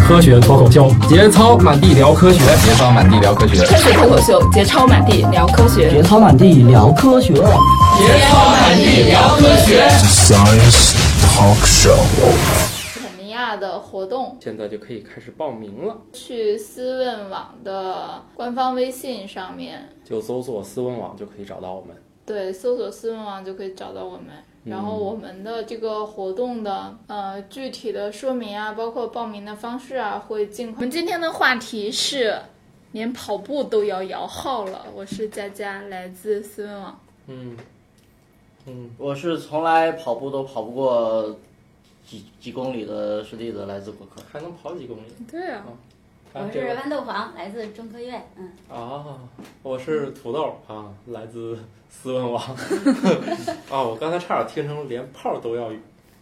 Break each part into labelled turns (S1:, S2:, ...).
S1: 科学脱口秀，
S2: 节操满地聊科学，
S3: 节操满地聊科学，
S4: 科学脱口秀，节操满地聊科学，
S5: 节操满地聊科学，节
S6: 操满地聊科学。
S7: Science Talk Show。
S8: 肯尼亚的活动
S9: 现在就可以开始报名了。
S8: 去思问网的官方微信上面，
S9: 就搜索“思问网”就可以找到我们。
S8: 对，搜索“思问网”就可以找到我们。然后我们的这个活动的呃具体的说明啊，包括报名的方式啊，会尽快。我们今天的话题是，连跑步都要摇号了。我是佳佳，来自思问网。
S10: 嗯嗯，我是从来跑步都跑不过。几几公里的实地的来自果壳，
S9: 还能跑几公里？
S8: 对啊，
S11: 我是豌豆黄，来自中科院。嗯
S9: 啊，我是土豆啊，来自斯文网。 啊，我刚才差点听成连炮都要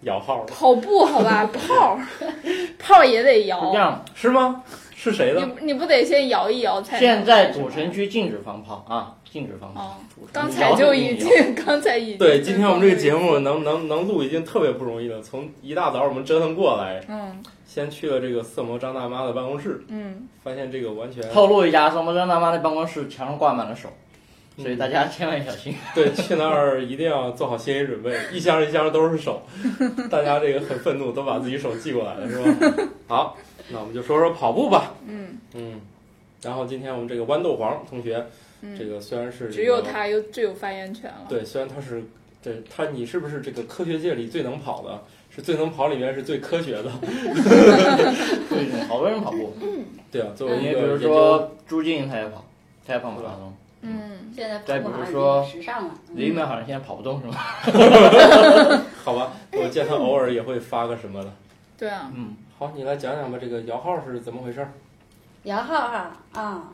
S9: 摇号了。
S8: 跑步好吧，炮 炮也得摇。
S10: 这样
S9: 是吗？是谁的？
S8: 你你不得先摇一摇才？
S10: 现在主城区禁止放炮啊，禁止放炮。哦
S8: 刚才就已经， 刚才已经
S9: 对。今天我们这个节目能能能录已经特别不容易了，从一大早我们折腾过来，
S8: 嗯，
S9: 先去了这个色魔张大妈的办公室，
S8: 嗯，
S9: 发现这个完全
S10: 透露一下，色魔张大妈的办公室墙上挂满了手，所以大家千万小心。
S9: 嗯、 对，去那儿一定要做好心理准备，一箱一箱都 是手，大家这个很愤怒，都把自己手寄过来了，是吧？好，那我们就说说跑步吧，
S8: 嗯
S9: 嗯，然后今天我们这个豌豆黄同学。这个虽然是、这个、
S8: 嗯只有他有最有发言权了。
S9: 对，虽然他是对他，你是不是这个科学界里最能跑的？是最能跑里面是最科学的。
S10: 对，好多人跑步。
S9: 对啊，作为一
S10: 个、嗯、比如说朱静他也跑，他也跑马拉松。
S8: 嗯，
S11: 现在
S10: 再比如说
S11: 时尚了。嗯
S10: 林淼好像现在跑不动是吗？
S9: 好吧，我见他偶尔也会发个什么的。
S8: 对啊。
S10: 嗯，
S9: 好，你来讲讲吧，这个摇号是怎么回事？
S11: 摇号哈啊、嗯，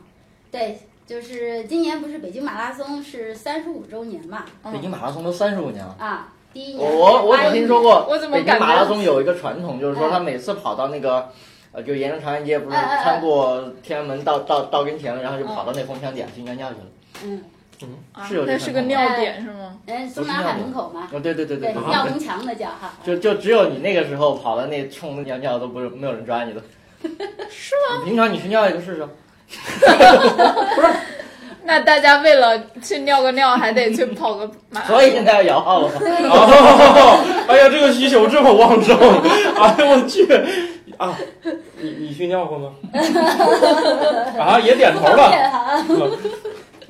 S11: 对。就是今年不是北京马拉松是三十五周年嘛？
S10: 北京马拉松都三十五年了
S11: 啊！第一年
S10: 嗯哦我我只听说过，
S8: 我怎么
S10: 北京马拉松有一个传统，就是
S11: 嗯
S10: 说他每次跑到那个，呃，就沿着长安街，不是穿过天安门到到到跟前了，然后就跑到那风枪点去尿尿去了。
S11: 嗯
S10: 嗯，是有这
S8: 啊那是个尿点是吗？
S11: 嗯，中南海门口嘛。
S10: 啊，对对对
S11: 对，尿宫墙的叫哈。
S10: 就就只有你那个时候跑到那冲尿尿都不是没有人抓你的。
S8: 是吗？
S10: 平常你去尿一个试试。
S9: 不是，
S8: 那大家为了去尿个尿，还得去跑个马，
S10: 所以现在要摇号了。
S9: 哦， 哎呀，这个需求这么旺盛，哎呀我去啊！你你去尿 过吗？啊，也点头了，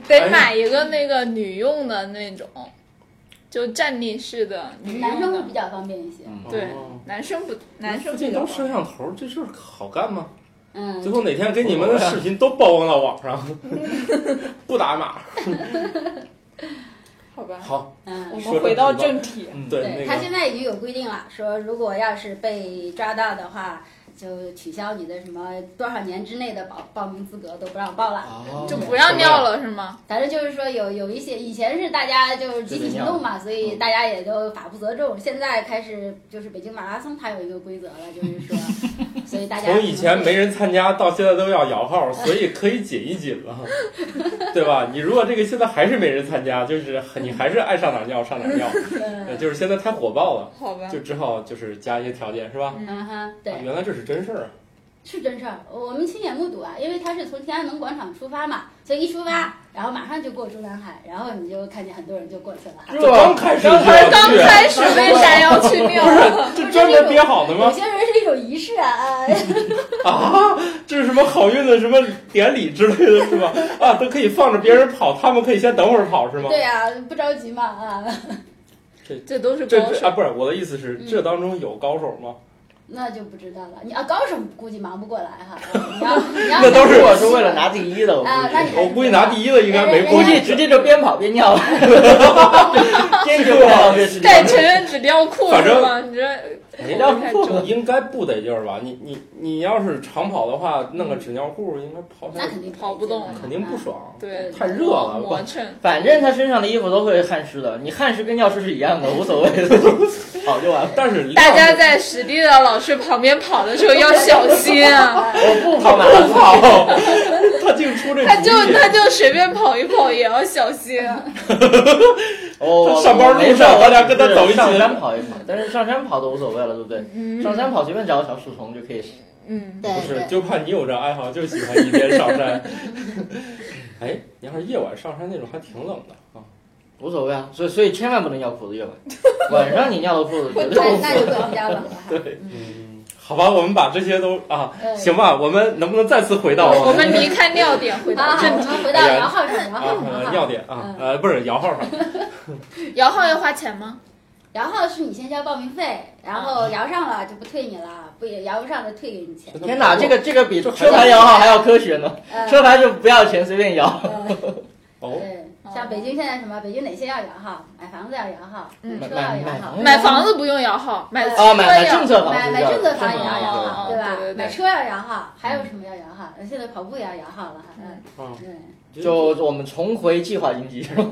S8: 得买一个那个女用的那种，就站立式的。
S11: 男生会比较方便一些，
S10: 嗯
S8: 对，男生不，男生
S9: 这哦都摄像头，这事好干吗？
S11: 嗯，
S9: 最后哪天给你们的视频都曝光到网 上，不打码。
S8: 好吧。
S9: 好，
S11: 嗯，
S4: 我们回到正题。
S9: 嗯、对，
S11: 对
S9: 那个、
S11: 他现在已经有规定了，说如果要是被抓到的话，就取消你的什么多少年之内的报报名资格都不让报了，
S8: 啊
S9: 哦、
S8: 就不让尿了是吗？
S11: 反正就是说有有一些以前是大家就是集体行动嘛，
S10: 嗯
S11: 所以大家也都法不责众。现在开始就是北京马拉松它有一个规则了，就 是说。所以大家嗯
S9: 从以前没人参加到现在都要摇号，所以可以紧一紧 了，对吧？你如果这个现在还是没人参加，就是你还是爱上哪尿上哪 尿，
S11: 嗯
S9: 就是现在太火爆了，
S8: 好吧，
S9: 就只好就是加一些条件，是吧？
S11: 嗯哈，对，
S9: 原来这是真事儿啊，
S11: 是真事儿，我们亲眼目睹啊，因为他是从天安门广场出发嘛，所以一出
S10: 嗯
S11: 发，然后马上就过中南海，然后你就看见很多人就过去了。
S9: 这刚开 始，
S8: 刚开始为啥要去尿？
S9: 啊这专门憋好的吗？
S11: 有些人是一种仪式 啊。
S9: 啊，这是什么好运的什么典礼之类的，是吧？啊，都可以放着别人跑，他们可以先等会儿跑，是吗？
S11: 对呀、啊，不着急嘛啊。
S9: 这
S8: 这都是
S9: 这
S8: 高手
S9: 啊，不是我的意思是，这当中有高手吗？
S11: 那就不知道了，你啊高手估计忙不过来哈。你要你要
S10: 那都是我是为了拿第一的，我
S11: 啊，那
S9: 我估计拿第一的应该没，
S10: 估计直接就边跑边尿 了。坚决不
S8: 改成人只尿裤
S9: 反正
S8: 吗？你这
S9: 纸尿裤 应该不得劲儿吧？你你你要是长跑的话，弄个纸尿裤应该跑
S11: 那肯定啊
S8: 跑不动，
S9: 肯定不爽，
S8: 对，
S9: 太热了，
S8: 磨蹭。
S10: 反正他身上的衣服都会汗湿的，你汗湿跟尿湿是一样的，无所谓 的，跑就完了。
S9: 但是
S8: 大家在实地的老。老师旁边跑的时候要小心 啊！
S10: 我不
S9: 跑，
S10: 不
S9: 跑，他净出这，
S8: 他就他就随便跑一跑也要小心。 啊
S10: 哦，
S9: 上班路上大家跟他走一起
S11: 嗯
S10: 上山跑一跑，但是上山跑都无所谓了，对不对？上山跑随便找个小树丛就可以
S8: 嗯，
S11: 对
S9: 不是，
S11: 对，
S9: 就怕你有这爱好，就喜欢一边上山。哎，你要是夜晚上山那种，还挺冷的啊。
S10: 无所谓啊，所以所以千万不能尿裤子，夜晚，晚上你尿了裤子绝对
S11: 那
S10: 不
S11: 那就更加冷了哈。
S9: 嗯，好吧，我们把这些都啊，
S11: 嗯
S9: 行吧，我们能不能再次回到
S8: 我
S9: 我
S8: 们离开尿点回
S11: 好，
S8: 到
S11: 好
S8: 正
S11: 我
S8: 题。
S11: 们回到
S9: 哎呀
S11: 摇号上，摇
S9: 啊
S11: 号上，
S9: 呃
S11: 摇
S9: 尿
S11: 号。
S9: 点啊呃不是摇号上，
S8: 摇号要花钱吗？
S11: 摇号是你先交报名费，然
S9: 啊
S11: 后摇上了就不退你了，不也摇不上就退给你钱。
S10: 天哪，这个这个比车牌摇号还
S9: 呃
S10: 要科学呢！
S11: 嗯
S10: 车牌就不要钱，随便摇。
S11: 嗯
S9: 哦，
S11: 对，像北京现在什么，北京哪些要摇号？买房子要摇号，
S8: 嗯
S11: 买车要摇
S10: 买
S11: 号
S10: 买，
S8: 买房子不用摇号，买
S10: 啊，买
S8: 车
S10: 买
S8: 要
S10: 政策房
S11: 呃买
S10: 是
S11: 买
S10: 这样
S11: 政
S10: 的，
S11: 策房也
S10: 政
S11: 要
S10: 策
S11: 摇
S10: 房
S11: 号，对吧
S8: 对对？对
S11: 买车要摇号，还有什么要摇号？呃现在跑步也要摇号了，嗯，
S9: 嗯，
S11: 对。
S10: 就我们重回计划经济，是吧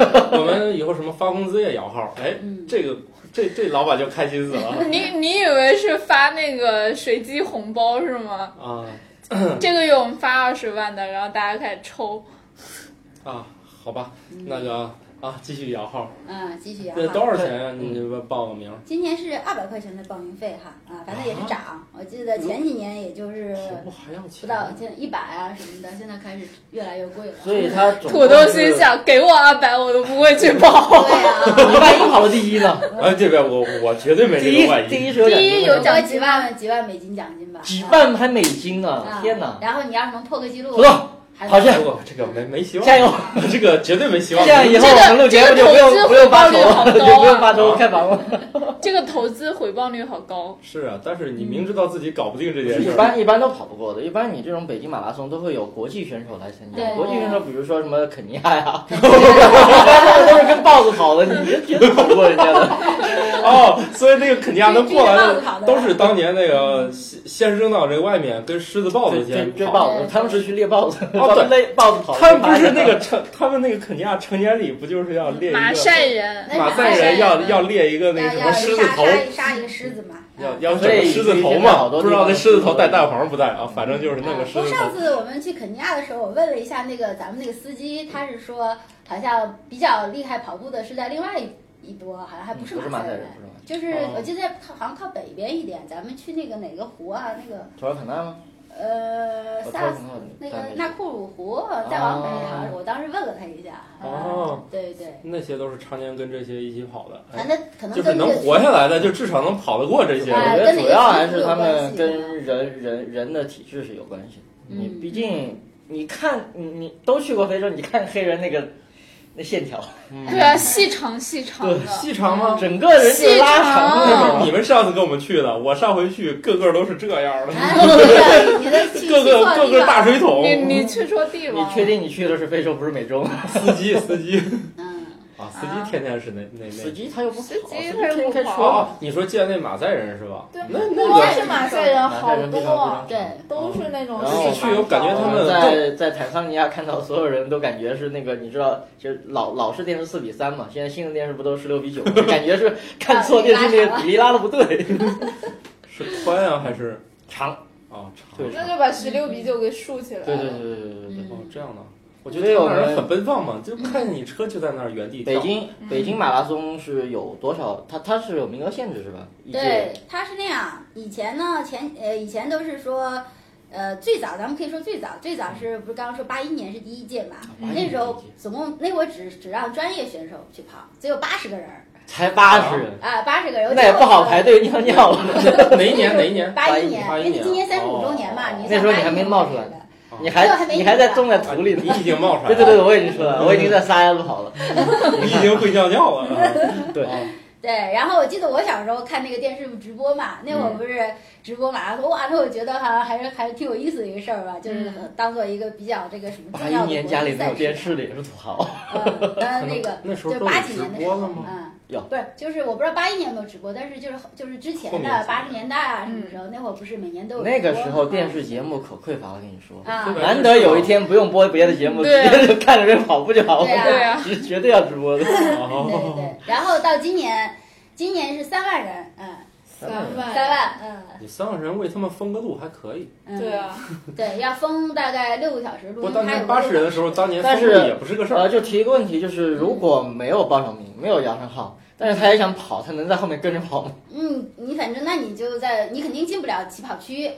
S9: 对， 我们以后什么发工资也摇号，哎
S11: 嗯，
S9: 这个这这老板就开心 死了
S8: 你你以为是发那个随机红包是吗？
S9: 啊
S10: 嗯
S8: 这个月我们发二十万的，然后大家开始抽。
S9: 啊，好吧，那个啊继续摇号，
S11: 嗯，继续摇
S9: 那
S11: 号。
S9: 多少钱呀？你这报个名儿，
S11: 今年是二百块钱的报名费哈，啊，反正也是涨。我记得前几年也就是
S9: 这
S10: 嗯
S9: 不还要
S11: 不
S9: 钱？
S11: 到现在一百啊什么的，现在开始越来越贵了。
S10: 所以他总
S8: 土豆心想，给我二百，我都不会去报。
S11: 对 啊，
S10: 共是，你万一跑了第一呢？
S9: 哎，这边我我绝对没这
S10: 第一
S9: 个万
S10: 第
S9: 一
S10: 一是 有
S8: 第一
S10: 奖金的
S8: 有奖
S11: 几万几万美金奖金吧，
S10: 几
S11: 啊
S10: 万还美金呢
S11: 啊！！
S10: 天哪！
S11: 然后你要是能破个记录，
S10: 土豆，
S11: 还
S10: 跑去
S9: 不过这个没没希望，
S10: 加油！
S9: 这个绝对没希望。
S10: 这样以后
S8: 这个
S10: 我们录节目就
S8: 这
S10: 不
S8: 个
S10: 用不用发愁
S8: 投资回报率好高啊
S10: 了，就不用发愁开房了。
S8: 这个投资回报率好高，
S9: 是啊，但是你明知道自己搞不定这件
S10: 一
S9: 事儿，
S10: 般一般都跑不过的，一般你这种北京马拉松都会有国际选手来参加。
S11: 对
S10: 国际选手比如说什么肯尼亚呀， 一般都是跟豹子跑的，你绝对 跑不过人家的。
S9: 哦，所以那个肯尼亚能过来
S11: 追追着豹子跑
S9: 的，
S11: 的
S9: 都是当年那个先先扔到这外面跟狮子、豹子
S10: 追
S9: 先
S10: 追
S9: 跑。
S10: 豹子，他们是去猎豹子，
S9: 哦对
S10: 对，豹子跑。
S9: 他们不是那个成，他们那个肯尼亚成年礼不就是要列一
S8: 马
S9: 个
S8: 赛人。
S11: 那
S9: 马
S11: 马
S9: 赛
S11: 赛
S9: 人
S11: 人
S9: 要
S11: 嗯
S9: 要列一个那
S11: 要
S9: 个什么狮
S11: 要
S9: 子
S11: 杀
S9: 头，
S11: 杀一杀一个狮子嘛。
S9: 要
S11: 啊
S9: 要整个狮子头嘛？不知道那狮子头带蛋黄不带啊？反正就是那个狮
S11: 不过
S9: 子
S11: 上
S9: 头。
S11: 次我们去肯尼亚的时候，我问了一下那个咱们那个司机，他是说好像比较厉害跑步的是在另外一一波，好像还不是
S10: 不是
S11: 马
S10: 马
S11: 赛
S10: 赛
S11: 人
S10: 人，不是马赛人
S11: 就是
S9: 哦
S11: 我记得在靠好像靠北边一点，咱们去那个哪个湖啊？那个
S10: 土耳其吗？
S11: 呃
S9: 哦
S10: 我突
S11: 萨
S10: 然
S11: 斯
S10: 想到你
S11: 那
S10: 但
S11: 个
S10: 没
S11: 纳库鲁湖，再往北
S10: 哦
S11: 好像是我当时问了他一下。
S9: 哦
S11: 啊，对对，
S9: 那些都是常年跟这些一起跑的，
S11: 反
S9: 哎
S11: 正可能
S9: 就是
S11: 跟这
S9: 能
S11: 个
S9: 活下来的，就至少能跑得过这些
S10: 我
S9: 人。
S11: 哎
S10: 觉
S11: 跟
S10: 得
S11: 那
S10: 主
S11: 个
S10: 要
S11: 基
S10: 还
S11: 础
S10: 是
S11: 有
S10: 他
S11: 关
S10: 们
S11: 系
S10: 跟人人人的体质是有关系的。你
S11: 嗯
S10: 毕竟你看你你都去过非洲，你看黑人那个那线条，
S8: 对啊，细长细长的。
S9: 细长吗？
S10: 整个人就拉长的那
S11: 啊
S10: 种。
S9: 你们上次跟我们去的，我上回去个个都是这样 的，
S11: 哎，你的你的去
S9: 个个个个大水，桶，
S8: 你你去说地
S10: 你
S8: 方，
S10: 确定你去的是非洲，不是美洲？
S9: 司 机司机
S11: 去错地方嗯，
S9: 啊，司机天天是那那
S10: 司
S9: 那。
S10: 机他又不跑，
S8: 司
S10: 司
S8: 机他又
S10: 天
S8: 不跑
S10: 天开车。
S9: 哦，你说见那马赛人是吧？
S4: 对
S9: 那
S4: 不光是马赛人，好
S10: 马赛人非常非
S4: 多啊
S10: 常
S11: 对。
S4: 都是那种
S10: 然后
S4: 细长
S9: 哦去我感觉他们
S10: 在在坦桑尼亚看到所有人都感觉是那个，你知道，就是老老式电视四比三嘛，现在新的电视不都十六比九， 感觉是看错电视那个比例拉的不对，
S9: 是宽啊还是
S10: 长
S9: 啊长？
S10: 对
S4: 那就把十六比九给竖起来了。
S10: 对对对对对对对。
S9: 哦
S11: 嗯
S9: 这样的，我觉得
S10: 我
S9: 有
S10: 们
S9: 人很奔放嘛，就看见你车就在那儿原地跳
S10: 北 京
S11: 嗯
S10: 北京马拉松是有多少？它它是有名额限制是吧？一届
S11: 对，它是那样。以前呢，前呃，以前都是说，呃，最早咱们可以说最早，最早是不是刚刚说八一年是第一届嘛？
S10: 81
S11: 那时
S10: 第
S11: 候
S10: 一届
S11: 总共那会儿只只让专业选手去跑，只有八十个人儿
S10: 才八十人，
S11: 啊，八十个人儿。
S10: 那也不好排队尿尿了，
S9: 哪一年哪一年？
S11: 八一
S9: 81
S11: 因为今年
S9: 年
S11: 三十五周年嘛，
S9: 哦
S11: 你
S10: 那时候你还没冒出来
S11: 来，
S10: 你
S11: 那还
S10: 还
S11: 没
S10: 你还在种在土里
S9: 你
S10: 呢。
S9: 已经冒出来
S10: 对
S9: 了，
S10: 对对，我已经说了，我已经在撒丫子跑了。哦
S9: 你已经会尿尿 了。啊
S10: 对
S9: 啊
S11: 对，然后我记得我小时候看那个电视直播嘛，那
S10: 嗯
S11: 会儿不是直播马拉松，哇，那我觉得好像还是还是挺有意思的一个事儿吧，就是当做一个比较这个什么
S10: 嗯八
S11: 重
S10: 一
S11: 要的
S10: 年
S11: 国
S10: 家
S11: 际
S10: 里没
S11: 赛
S10: 有电
S11: 事
S10: 视的也是土豪，
S11: 嗯， 呃，那个
S9: 那时候
S11: 就
S9: 都
S11: 八
S9: 有
S11: 几
S9: 直
S11: 年的时
S9: 播
S11: 候
S9: 了吗？
S11: 嗯，
S10: 有
S11: 不是，就是我不知道八一年有没有直播，但是就是就是之前
S9: 后面
S11: 的八十年代啊，
S4: 嗯
S11: 什么时候那会儿不是每年都有直播
S10: 那个时候
S11: 吗
S10: 电视节目可匮乏了，跟你说，
S11: 啊，
S9: 对吧
S10: 难得有一天不用播别的节目，直
S8: 对
S10: 接就看着人跑步就好
S11: 对啊
S10: 了，
S8: 对啊，
S10: 是绝对要直 播的。
S11: 对啊 对
S9: 哦，
S11: 对，然后到今年，今年是三万人，嗯，
S4: 三万，
S11: 三，万，嗯
S9: 你三个人为他们封个路还可以，
S11: 嗯，
S4: 对啊，
S11: 对，要封大概六个小时
S9: 不
S11: 录
S9: 过
S11: 音，
S9: 当
S11: 它
S9: 年
S11: 有
S9: 八十人
S11: 个
S9: 的时候，当年
S10: 但
S9: 封
S10: 是
S9: 路也不是个事儿
S10: 呃，。就提一个问题，就是
S11: 嗯
S10: 如果没有报上名，没有摇上号，但是他也想跑，他能在后面跟着跑吗？
S11: 嗯，你反正那你就在，你肯定进不了起跑区。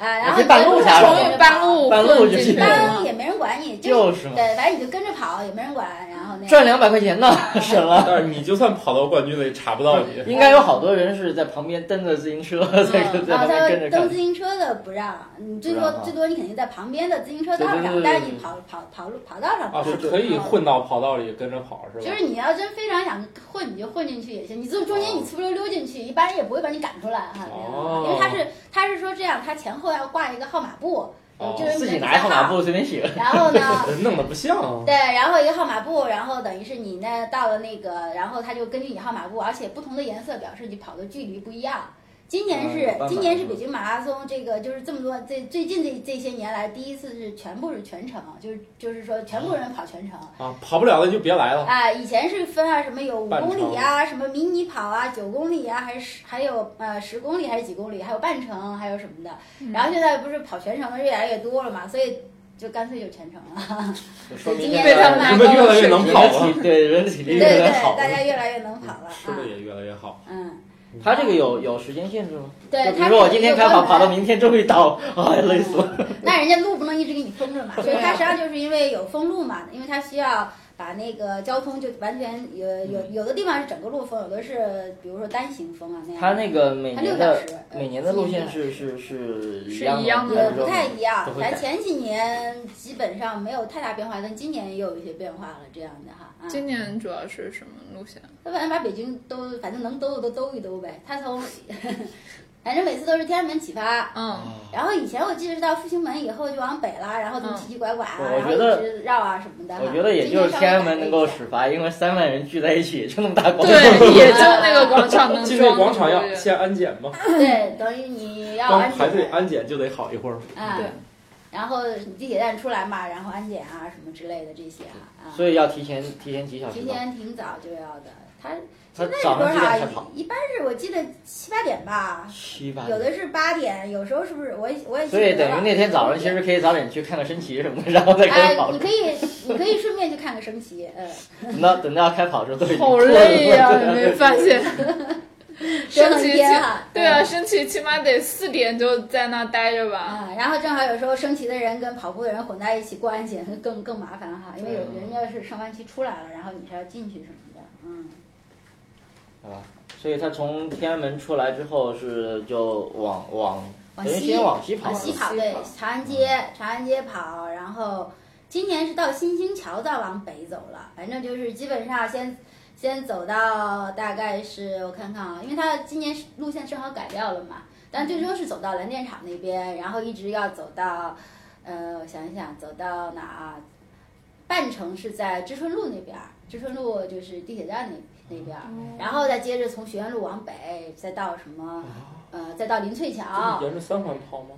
S11: 啊，啊，然后
S10: 你
S11: 你
S10: 半路啥时候
S8: 终于半路
S9: 啊
S10: 半路
S8: 混
S10: 就
S8: 进去
S10: 是
S8: 了。
S11: 班也没人管你，
S10: 就是是嘛，
S11: 对，反正你就跟着跑，也没人管，然后那
S10: 赚两百块钱呢， 省了。
S9: 但是你就算跑到冠军了，也查不到你。
S10: 应该有好多人是在旁边蹬着自行车，在在
S11: 啊，
S10: 旁
S11: 他
S10: 边
S11: 说
S10: 跟着
S11: 蹬
S10: 看
S11: 自。行车的不让，你最
S10: 不
S11: 多
S10: 让啊
S11: 最多你肯定在旁边的自行车
S10: 对
S11: 道
S10: 对
S11: 上
S10: 对对，
S11: 但是
S10: 对
S11: 你跑跑跑路跑道上
S9: 啊，
S11: 跑
S9: 是可以混到跑道里跟着跑是
S11: 就
S9: 吧？
S11: 是你要真非常想混，你就混进去也行。你从中间你呲溜溜进去，一般人也不会把你赶出来哈。
S9: 哦
S11: 因为他是他是说这样，他前后要挂一个号码布，
S9: 哦
S11: 就是
S10: 自
S11: 你
S10: 己
S11: 的
S10: 拿一号码
S11: 号。
S10: 布随便写，
S11: 然后呢，
S9: 弄得不像啊。
S11: 对，然后一个号码布，然后等于是你那到了那个，然后他就根据你号码布，而且不同的颜色表示你跑的距离不一样。今年
S10: 哦有
S11: 是
S10: 办法
S11: 今年是北京马拉松，这个就是这么多这最近这这些年来第一次是全部是全程，就是就是说全部人跑全程。
S9: 啊，跑不了的就别来
S10: 嗯
S9: 了。
S11: 啊，以前是分啊，什么有五
S9: 半
S11: 公里啊，什么迷你跑啊，九公里啊，还是十还有呃十公里还是几公里，还有半程，还有什么的。
S10: 嗯
S11: 然后现在不是跑全程的越来越多了嘛，所以就干脆就全程了。
S10: 说明
S11: 今
S10: 这
S11: 年
S10: 个
S8: 被他们
S9: 你们越来越能跑
S10: 人
S9: 了，
S10: 的体对人的体力
S11: 对
S10: 越来
S11: 对
S10: 越好了。
S11: 对，大家越来越能跑了
S9: 吃
S11: 啊
S9: 的。也越来越好。
S11: 嗯，
S10: 他这个有有时间限制吗？
S11: 对，
S10: 就比
S11: 他
S10: 如
S11: 是
S10: 说我今天开跑，
S11: 有
S10: 跑
S11: 专
S10: 到
S11: 门
S10: 明天终于到，哎，累死了。 啊
S11: 那人家路不能一直给你封着嘛，就是它实际上就是因为有封路嘛，因为它需要把那个交通就完全有有
S10: 嗯
S11: 有的地方是整个路封，有的是比如说单行封啊那样。
S10: 他那个每
S11: 它六
S10: 年
S11: 小
S10: 的
S11: 时，
S10: 每年的路线
S11: 是。
S10: 是是是
S8: 是
S10: 一
S8: 一样
S10: 的
S8: 的
S10: 还是
S11: 也不
S10: 说，
S11: 太一样
S10: 都，会改
S11: 咱前几年基本上没有太大变化，但今年也有一些变化了，这样的哈。啊，
S8: 今年主要是什么路线？
S11: 他反正把北京都，反正能兜的都兜一兜呗。他从， 反正每次都是天安门起发，
S8: 嗯，
S11: 然后以前我记得是到复兴门以后就往北了，然后从
S8: 嗯
S11: 奇奇拐拐啊，
S10: 我
S11: 然后
S10: 觉得
S11: 一直绕啊什么的哈。
S10: 我觉得也
S11: 今
S10: 就
S11: 年
S10: 是
S11: 稍微
S10: 天安
S11: 改
S10: 门
S11: 了
S10: 能
S11: 一
S10: 够
S11: 下
S10: 始发，因为三万人聚在一起，就那么大广场。
S8: 对，也就那个广场
S11: 嗯
S8: 能
S9: 进那
S8: 装
S9: 广场
S8: 住
S9: 要
S8: 人
S9: 先安检吗？
S11: 对，等于你
S10: 嗯
S11: 要
S9: 光
S11: 安
S9: 排队
S11: 检
S9: 安检就得好一会儿。
S11: 啊，
S8: 对，
S11: 然后你地铁站出来嘛，然后安检啊什么之类的这些啊。啊
S10: 所以要提前提前几小时
S11: 提
S10: 到。
S11: 前挺早就要的，他
S10: 他
S11: 现在是
S10: 早
S11: 多
S10: 上几点才
S11: 少
S10: 跑？？
S11: 啊一般是我记得七八点吧，
S10: 七八点
S11: 有的是八点，有时候是不是我也我也记不
S10: 所
S11: 得
S10: 以
S11: 了
S10: 等于那天早上其实可以早点去看看升旗什 么的，然后再开始
S11: 哎
S10: 跑，
S11: 你。可以你可以顺便去看个升旗，嗯，
S10: 等到等到开跑的时候都已经
S8: 好
S10: 过了
S8: 累呀、
S10: 对
S8: 你没发现？
S11: 折
S8: 升
S11: 腾
S8: 旗
S11: 一
S8: 起
S11: 天哈，嗯
S8: 对啊，升旗起码得四点就在那待着吧。
S11: 啊，然后正好有时候升旗的人跟跑步的人混在一起过安检更更麻烦哈，因为有
S10: 对
S11: 人家是上班期出来了，然后你是要进去什么的，嗯，
S10: 所以他从天安门出来之后是就往往等
S11: 往
S10: 于
S11: 西
S10: 先往西跑
S11: 往
S10: 嘛，
S11: 西跑对，长安街，长安街跑，然后今年是到新兴桥再往北走了，反正就是基本上先先走到大概是我看看啊，因为它今年是路线正好改掉了嘛，但最终是走到蓝电厂那边，然后一直要走到，呃，我想一想，走到哪儿啊？半程是在知春路那边儿，知春路就是地铁站那那边儿，然后再接着从学院路往北，再到什么，呃，再到林翠桥，
S9: 沿着三环跑吗？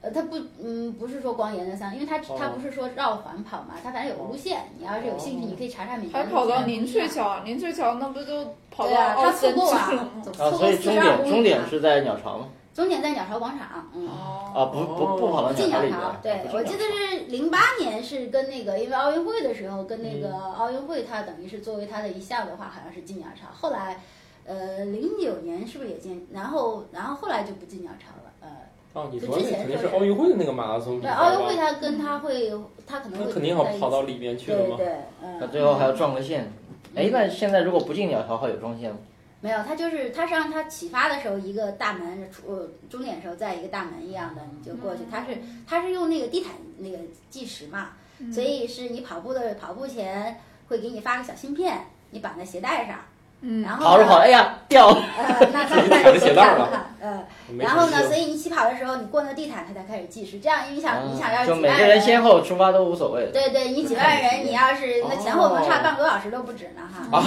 S11: 呃，它不，嗯，不是说光沿着三，因为它它
S9: 哦
S11: 不是说绕环跑嘛，它反正有个路线，你要是有兴趣，
S10: 哦
S11: 你可以查查每年
S4: 还跑到林翠，桥，林翠桥那不就跑
S11: 对
S4: 到
S11: 啊，它
S4: 奥
S11: 错
S4: 森去
S11: 过啊
S4: 了吗？，
S11: 错
S10: 啊，
S11: 过
S10: 所以
S11: 四
S10: 终
S11: 十二
S10: 点
S11: 公里
S10: 终点
S11: 嘛
S10: 是在鸟巢吗？
S11: 终点在鸟巢广场，嗯，
S10: 啊，不不不跑到
S11: 进
S10: 鸟巢里
S11: 鸟
S10: 边
S11: 巢
S10: 儿。，
S11: 对
S10: 不进
S11: 我记得
S10: 鸟巢
S11: 是零八年是跟那个，因为奥运会的时候跟那个
S10: 嗯
S11: 奥运会，它等于是作为它的一项的话，好像是进鸟巢，后来，呃，零九年是不是也进？然后然后后来就不进鸟巢了，呃。
S9: 哦，你说那肯定是奥运会的那个马拉
S10: 嗯
S9: 松比
S11: 对，
S9: 赛
S11: 奥运
S9: 吧
S11: 会？它跟它会，它可能
S9: 那
S11: 会
S9: 肯定要
S11: 在一
S9: 跑
S11: 起
S9: 到里面去了
S11: 对
S9: 吗？
S11: 对，嗯。
S10: 那啊最后还要撞个线。哎，那现在如果不进鸟巢的话，有撞线吗？
S11: 没有，它就是它是让它启发的时候一个大门，出呃终点的时候在一个大门一样的你就过去。它是它是用那个地毯那个计时嘛，
S8: 嗯
S4: 嗯
S11: 所以是你跑步的跑步前会给你发个小芯片，你绑在鞋带上，
S8: 嗯
S11: 然后
S10: 跑着
S11: 呢
S10: 跑着，哎呀掉了。
S11: 呃，那它
S9: 跑 着鞋带儿了，
S11: 呃，
S9: 没
S11: 然后
S9: 成
S11: 呢，
S9: 绩
S11: 所以你起跑的时候，你过那地毯，它才开始计时。这样，你想、你想要
S10: 啊哦就
S11: 几
S10: 每
S11: 万啊
S10: 个人先后出发都无所 谓。
S11: 对对，你几 万人，你要是那前后能
S10: 哦
S11: 差半个多小时都不止呢哈。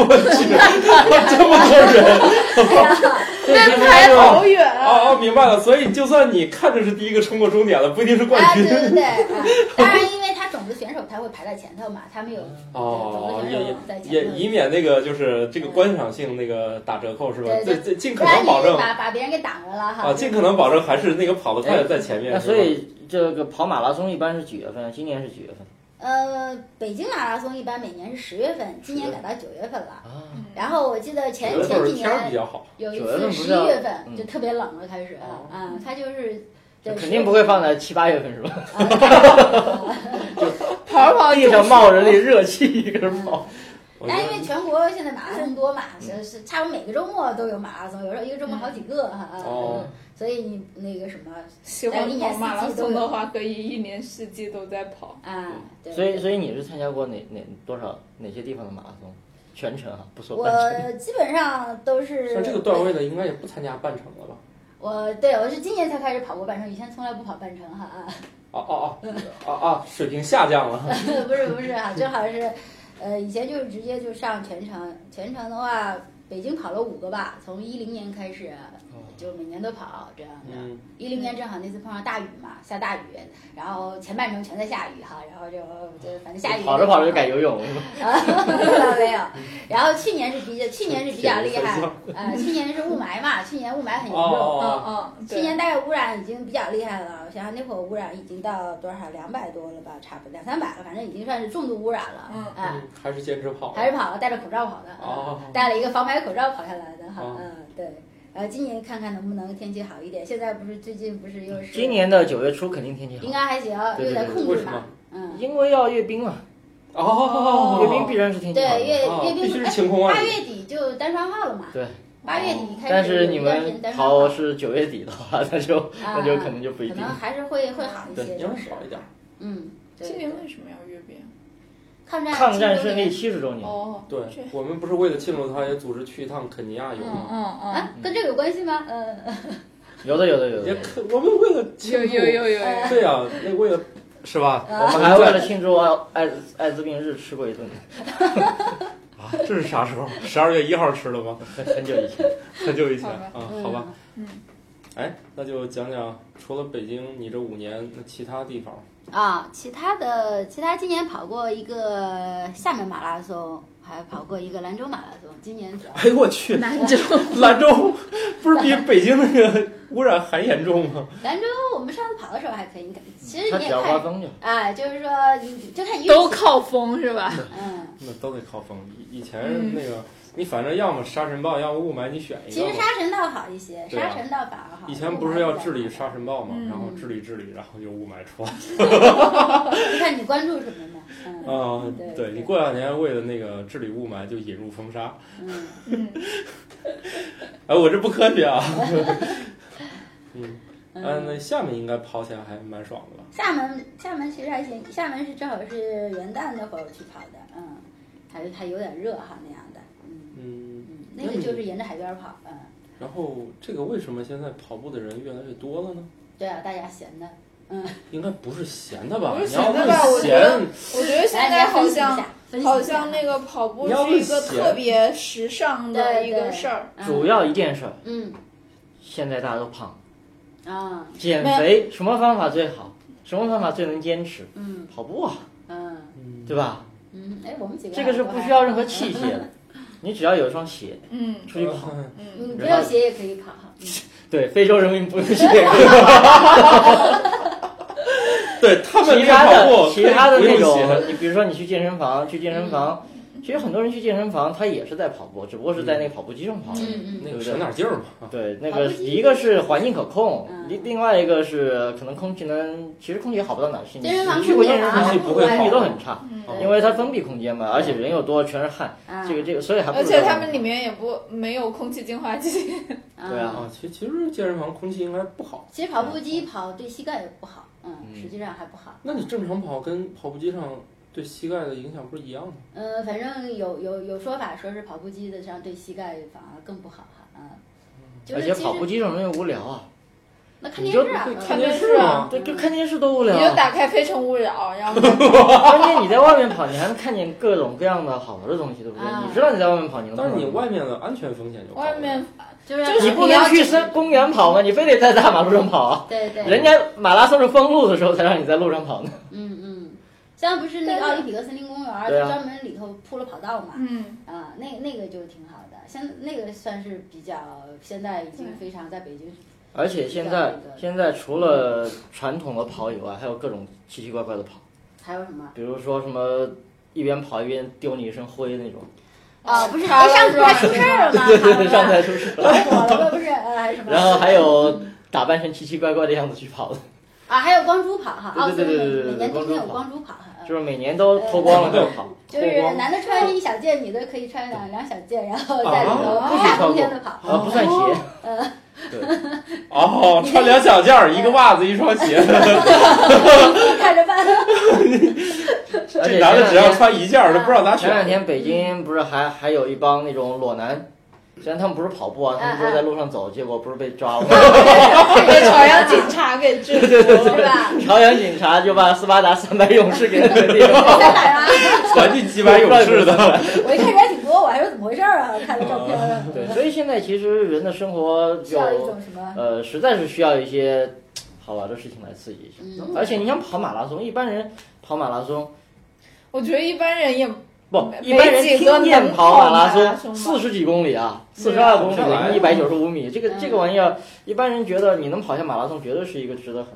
S9: 这么多人。
S10: 那
S4: 还好远啊！
S9: 哦哦，明白了。所以就算你看着是第一个冲过终点的，不一定是冠
S11: 啊，对
S9: 军。
S11: 对对， 啊当然，因为他种子选手他会排在前头嘛，他们有
S9: 哦，
S11: 对种子选手在
S9: 也
S11: 前
S9: 也
S11: 头，
S9: 以免那个就是这个观赏性那个打折扣是吧？这
S11: 对对
S9: 这尽
S11: 不
S9: 可
S11: 然
S9: 能
S11: 你
S9: 保证
S11: 把把别人给挡着了哈
S9: 啊，。尽可能保证还是那个跑得快的在前面。
S10: 哎那
S9: 是
S10: 所
S9: 吧
S10: 以这个跑马拉松一般是几月份啊？今年是几月份？
S11: 呃，北京马拉松一般每年是十月份，今年改到九月份了。
S8: 啊
S11: 嗯然后我记得前
S9: 有的时
S11: 前
S9: 候
S11: 几
S9: 天儿比
S11: 年
S9: 较好，
S11: 有一
S10: 九月份不
S11: 次十
S10: 是
S11: 一
S10: 要
S11: 月份
S10: 嗯
S9: 哦
S11: 就特别冷了，开始啊，他就是对，啊
S10: 肯定不会放在七八月份是吧？
S8: 跑着跑着
S10: 地上冒着那热气搁那
S11: 嗯
S10: 跑，
S9: 我觉
S11: 但因为
S9: 得
S11: 全国现在马拉松多嘛，
S9: 嗯
S11: 是是差不多每个周末都有马拉松，有时候一个周末好几个哈。啊
S9: 哦，
S11: 所以你那个什么
S4: 喜欢跑马拉松的话，可以一年四季都在跑。
S11: 啊，对。
S10: 所以所以你是参加过哪哪多少哪些地方的马拉松？全程啊，不说 半程。
S11: 我基本上都是
S9: 像这个段位的，应该也不参加半程了吧？
S11: 我对我是今年才开始跑过半程，以前从来不跑半程哈 啊，
S9: 哦哦哦哦哦，水平下降 了。
S11: 不是不是哈，正好是，呃，以前就是直接就上全程，全程的话，北京跑了五个吧，从一零年开始就每年都跑这样
S9: 哦
S11: 的。
S9: 嗯，
S11: 一零年正好那次碰上大雨嘛，下大雨，然后前半程全在下雨哈，然后就就反正下雨
S10: 跑着跑着就改游泳了，
S11: 啊，没有。 然后去年是比较，去年是比较厉害，呃，去年是雾霾嘛，去年雾霾很严重。
S9: 哦
S4: 嗯嗯，
S11: 去
S4: 对，
S11: 年大概污染已经比较厉害了，我想想那会儿污染已经到多少？两百多了吧，差不多两三百了，反正已经算是重度污染了。
S4: 嗯
S11: 啊，
S9: 嗯还是坚持跑。
S11: 还是跑了，戴着口罩跑的，
S9: 哦
S11: 戴了一个防霾口罩跑下来的哈。
S9: 哦
S11: 嗯，对。呃，今年看看能不能天气好一点。现在不是最近不是又是
S10: 今年的九月初肯定天气好，
S11: 应该还行，
S10: 对对
S11: 又在
S10: 对
S11: 控
S9: 为
S11: 制
S9: 什么
S11: 嘛。嗯，
S10: 因为要阅兵了，
S9: 哦，
S10: 阅兵必然是天气好
S11: 对，
S10: 的。
S11: 阅
S9: 哦
S11: 阅
S9: 必须
S11: 兵
S9: 是晴空万
S11: 八
S9: 里。
S11: 月底就单双号了嘛。
S10: 啊对。哦
S11: 八月底开始，
S10: 但是你
S11: 有一段时
S10: 们
S11: 间单双号啊
S10: 跑，是九月底的话，那就那就可能就不一
S11: 可
S10: 定。
S11: 能还是会会好一些，
S9: 对，
S11: 是
S9: 要
S11: 不
S9: 是
S11: 是
S9: 少一点。
S11: 嗯，对
S4: 今年为什么要阅兵？
S11: 抗战
S10: 抗战
S11: 庆祝
S10: 胜利
S11: 年
S10: 七十周年，
S4: 哦，
S9: 对
S4: 这，
S9: 我们不是为了庆祝他，也组织去一趟肯尼亚游
S4: 嗯
S9: 吗？
S4: 嗯嗯，
S11: 啊，跟这个有关系吗？呃，
S10: 有的有的有的
S9: 也，可，我们为了庆
S4: 有
S9: 祝，
S4: 有有有
S11: 呃
S4: 有，
S9: 对呀，那为了是吧？
S10: 我们还为了庆祝艾艾滋艾滋病日吃过一顿，
S9: 啊，这是啥时候？十二月一号吃的吗？
S10: 很很久以前。
S9: 很久以前
S4: 好吧
S9: 啊，好吧，哎，那就讲讲除了北京，你这五年那其他地方，
S11: 啊，其他的其他今年跑过一个厦门马拉松，还跑过一个兰州马拉松，今年主要
S9: 哎呦我去，
S8: 兰 州，
S9: 兰州不是比北京那个污染还严重吗？
S11: 兰州我们上次跑的时候还可以，你看，其实
S10: 他
S11: 你
S10: 只
S11: 也
S10: 要刮
S11: 看。
S10: 风就好。
S11: 哎，就是说，你就看运气
S8: 都靠风是吧？
S11: 嗯，
S9: 那都得靠风。以以前那个，你反正要么沙尘暴，要么雾霾，你选一
S11: 其
S9: 个
S11: 实
S9: 嘛。
S11: 沙尘道好一些，
S9: 对啊
S11: 沙尘道反而好。
S9: 以前不是要治理沙尘暴嘛，
S4: 嗯
S9: 然后治理治理，然后就雾霾出来。
S11: 你看你关注什么呢？嗯
S9: 啊、
S11: 对
S9: 对
S11: 对
S9: 你过两年为了那个治理雾霾，就引入风沙。
S11: 嗯，
S9: 哎，我这不科学啊。嗯，
S11: 嗯
S9: 啊，那厦门应该跑起来还蛮爽的吧？
S11: 厦门厦门其实还行，厦门是正好是元旦那会儿去跑的，嗯，还还有点热哈那样的，嗯
S9: 嗯，
S11: 嗯，那个就是沿着海边儿跑，嗯，
S9: 然后这个为什么现在跑步的人越来越多了呢？
S11: 对啊，大家闲的，嗯，
S9: 应该不是闲的吧？
S4: 不是
S9: 你要
S4: 闲的
S9: 问
S4: 吧我觉得
S9: 闲，
S4: 我觉得现在好像
S11: 分析一下分析一下
S4: 好像那个跑步是一个特别时尚的一个事儿。
S11: 嗯
S10: 主要一件事儿，
S11: 嗯
S10: 现在大家都胖，
S11: 啊
S10: 减肥什么方法最好？什么方法最能坚持？
S11: 嗯
S10: 跑步啊，
S11: 嗯
S9: 嗯，
S10: 对吧？
S11: 嗯，哎，我们几个
S10: 这个是不需要任何器械的， 你只要有一双鞋
S4: 嗯
S10: 出去跑。
S11: 嗯，你不要鞋也可以跑，嗯
S10: 呃对，非洲人民 不用鞋可以跑，
S9: 对他们
S10: 其
S9: 练
S10: 他
S9: 跑
S10: 的
S9: 步，
S10: 其他的
S9: 不
S10: 那
S9: 用
S10: 种
S9: 鞋，
S10: 你比如说你去健身房，去健身房，其实很多人去健身房他也是在跑步，只不过是在那个跑步机上跑。
S11: 嗯嗯
S9: 那个省点劲儿嘛。
S10: 对，那
S11: 跑
S10: 个
S11: 步机
S10: 一个是环境可控，
S11: 嗯
S10: 另另外一个是可能空气能，其实空气也好不到哪儿 去。你
S11: 健身房
S10: 你去过
S11: 空啊
S10: 健
S11: 嗯气
S10: 身
S11: 好
S10: 房，
S9: 空气不会
S10: 空气
S9: 好
S10: 都很差，
S9: 哦
S10: 因为它封闭空间嘛，而且人又多，全是汗，
S11: 啊
S10: 这个这个，所以还不
S4: 而
S10: 如
S4: 且
S10: 在
S4: 他
S10: 外
S4: 们
S10: 面
S4: 里面也不没有空气净化器，
S10: 对啊
S9: 啊，其其实健身房空气应该不好。
S11: 嗯其实跑步机跑对膝盖也不好，嗯，实际上还不好。
S9: 那你正常跑跟跑步机上对膝盖的影响不是一样吗？
S11: 嗯，反正有有有说法说是跑步机的这样对膝盖反而更不好哈，嗯，就
S10: 而
S11: 是
S10: 且
S11: 其
S10: 跑步
S11: 实
S10: 机这种东西无聊啊，
S11: 那看电视啊
S9: 你，就
S11: 嗯
S9: 看电视
S4: 啊
S9: 吗
S10: 对，就看电视多无
S4: 你
S10: 聊
S4: 就
S10: 啊。
S4: 打开《非诚勿扰》，然后
S10: 关键你在外面跑，你还能看见各种各样的好玩的东西，对不对？
S11: 啊
S10: 你知道你在外面跑，你能
S9: 但
S10: 看
S9: 是
S10: 到
S9: 你
S10: 什么
S9: 外面的安全风险就高了
S4: 外面
S11: 就是要
S4: 就是
S10: 你
S11: 看
S10: 不
S4: 你
S10: 能
S4: 要
S10: 去
S4: 整
S10: 森公园跑吗？你非得在大马路上跑啊？
S11: 对对，
S10: 人家马拉松是封路的时候才让你在路上跑呢。
S11: 嗯嗯，像不是那个奥林匹克森林公园儿，
S10: 对
S11: 它
S10: 啊
S11: 专门里头铺了跑道嘛，
S4: 嗯，
S11: 啊，那那个就挺好的，像那个算是比较现在已经非常在北京，
S10: 而且现在现在除了传统的跑以外，还有各种奇奇怪怪的跑，
S11: 还有 什么
S10: 比如说什么一边跑一边丢你一身灰那种，
S11: 啊？不是，
S8: 啊
S11: 哎，上次还出事儿了吗？
S10: 对对对，上
S11: 台
S10: 台出事。
S11: 火了吗？不是，呃，还是什么？
S10: 然后还有打扮成奇奇怪怪的样子去跑的，
S11: 啊，还有光珠跑哈，奥
S10: 对
S11: 斯
S10: 对对
S11: 陆
S10: 对对对
S11: 每年
S10: 光
S11: 冬天有
S10: 珠跑
S11: 光珠跑哈，嗯
S10: 就是每年都脱光了再跑，
S11: 就
S10: 脱
S11: 是
S10: 光
S11: 男的穿一小件，女的可以穿两两小件，然后在里头
S10: 啊
S11: 不
S10: 不许
S11: 大
S10: 超
S11: 冬
S10: 过
S11: 天的跑。
S10: 啊不算鞋，
S9: 对，哦，穿两小件儿，一个袜子，一双鞋。
S11: 看着办。
S9: 这男的
S10: 而且前两
S9: 只要
S10: 天
S9: 穿一件儿，都不让拿
S10: 前两
S9: 选。
S10: 天北京不是还还有一帮那种裸男，虽然他们不是跑步啊，他们就是在路上走，结果不是被抓了吗？
S4: 被朝阳警察给制服了。
S11: 是吧？
S10: 朝阳警察就把斯巴达三百勇士给他们定了。
S11: 在哪儿啊？
S9: 传进几百勇士的， 嗯
S11: 我一看人还挺多，我还说怎么回事儿啊？看了照片儿，
S10: 对，所以现在其实人的生活
S11: 需要一
S10: 有
S11: 种什么？
S10: 呃，实在是需要一些好玩的事情来刺激一下。
S11: 嗯
S10: 而且你想跑马拉松，一般人跑马拉松
S4: 我觉得一般人也
S10: 不，
S4: 没
S10: 一般人
S4: 几个
S10: 听见
S4: 能
S10: 跑
S4: 跑马
S10: 马拉
S4: 拉松吧
S10: 松四十几公里啊，四十二公
S9: 跑不上来
S10: 里，一百九十五米，这个
S11: 嗯
S10: 这个玩意儿，一般人觉得你能跑下马拉松，绝对是一个值得很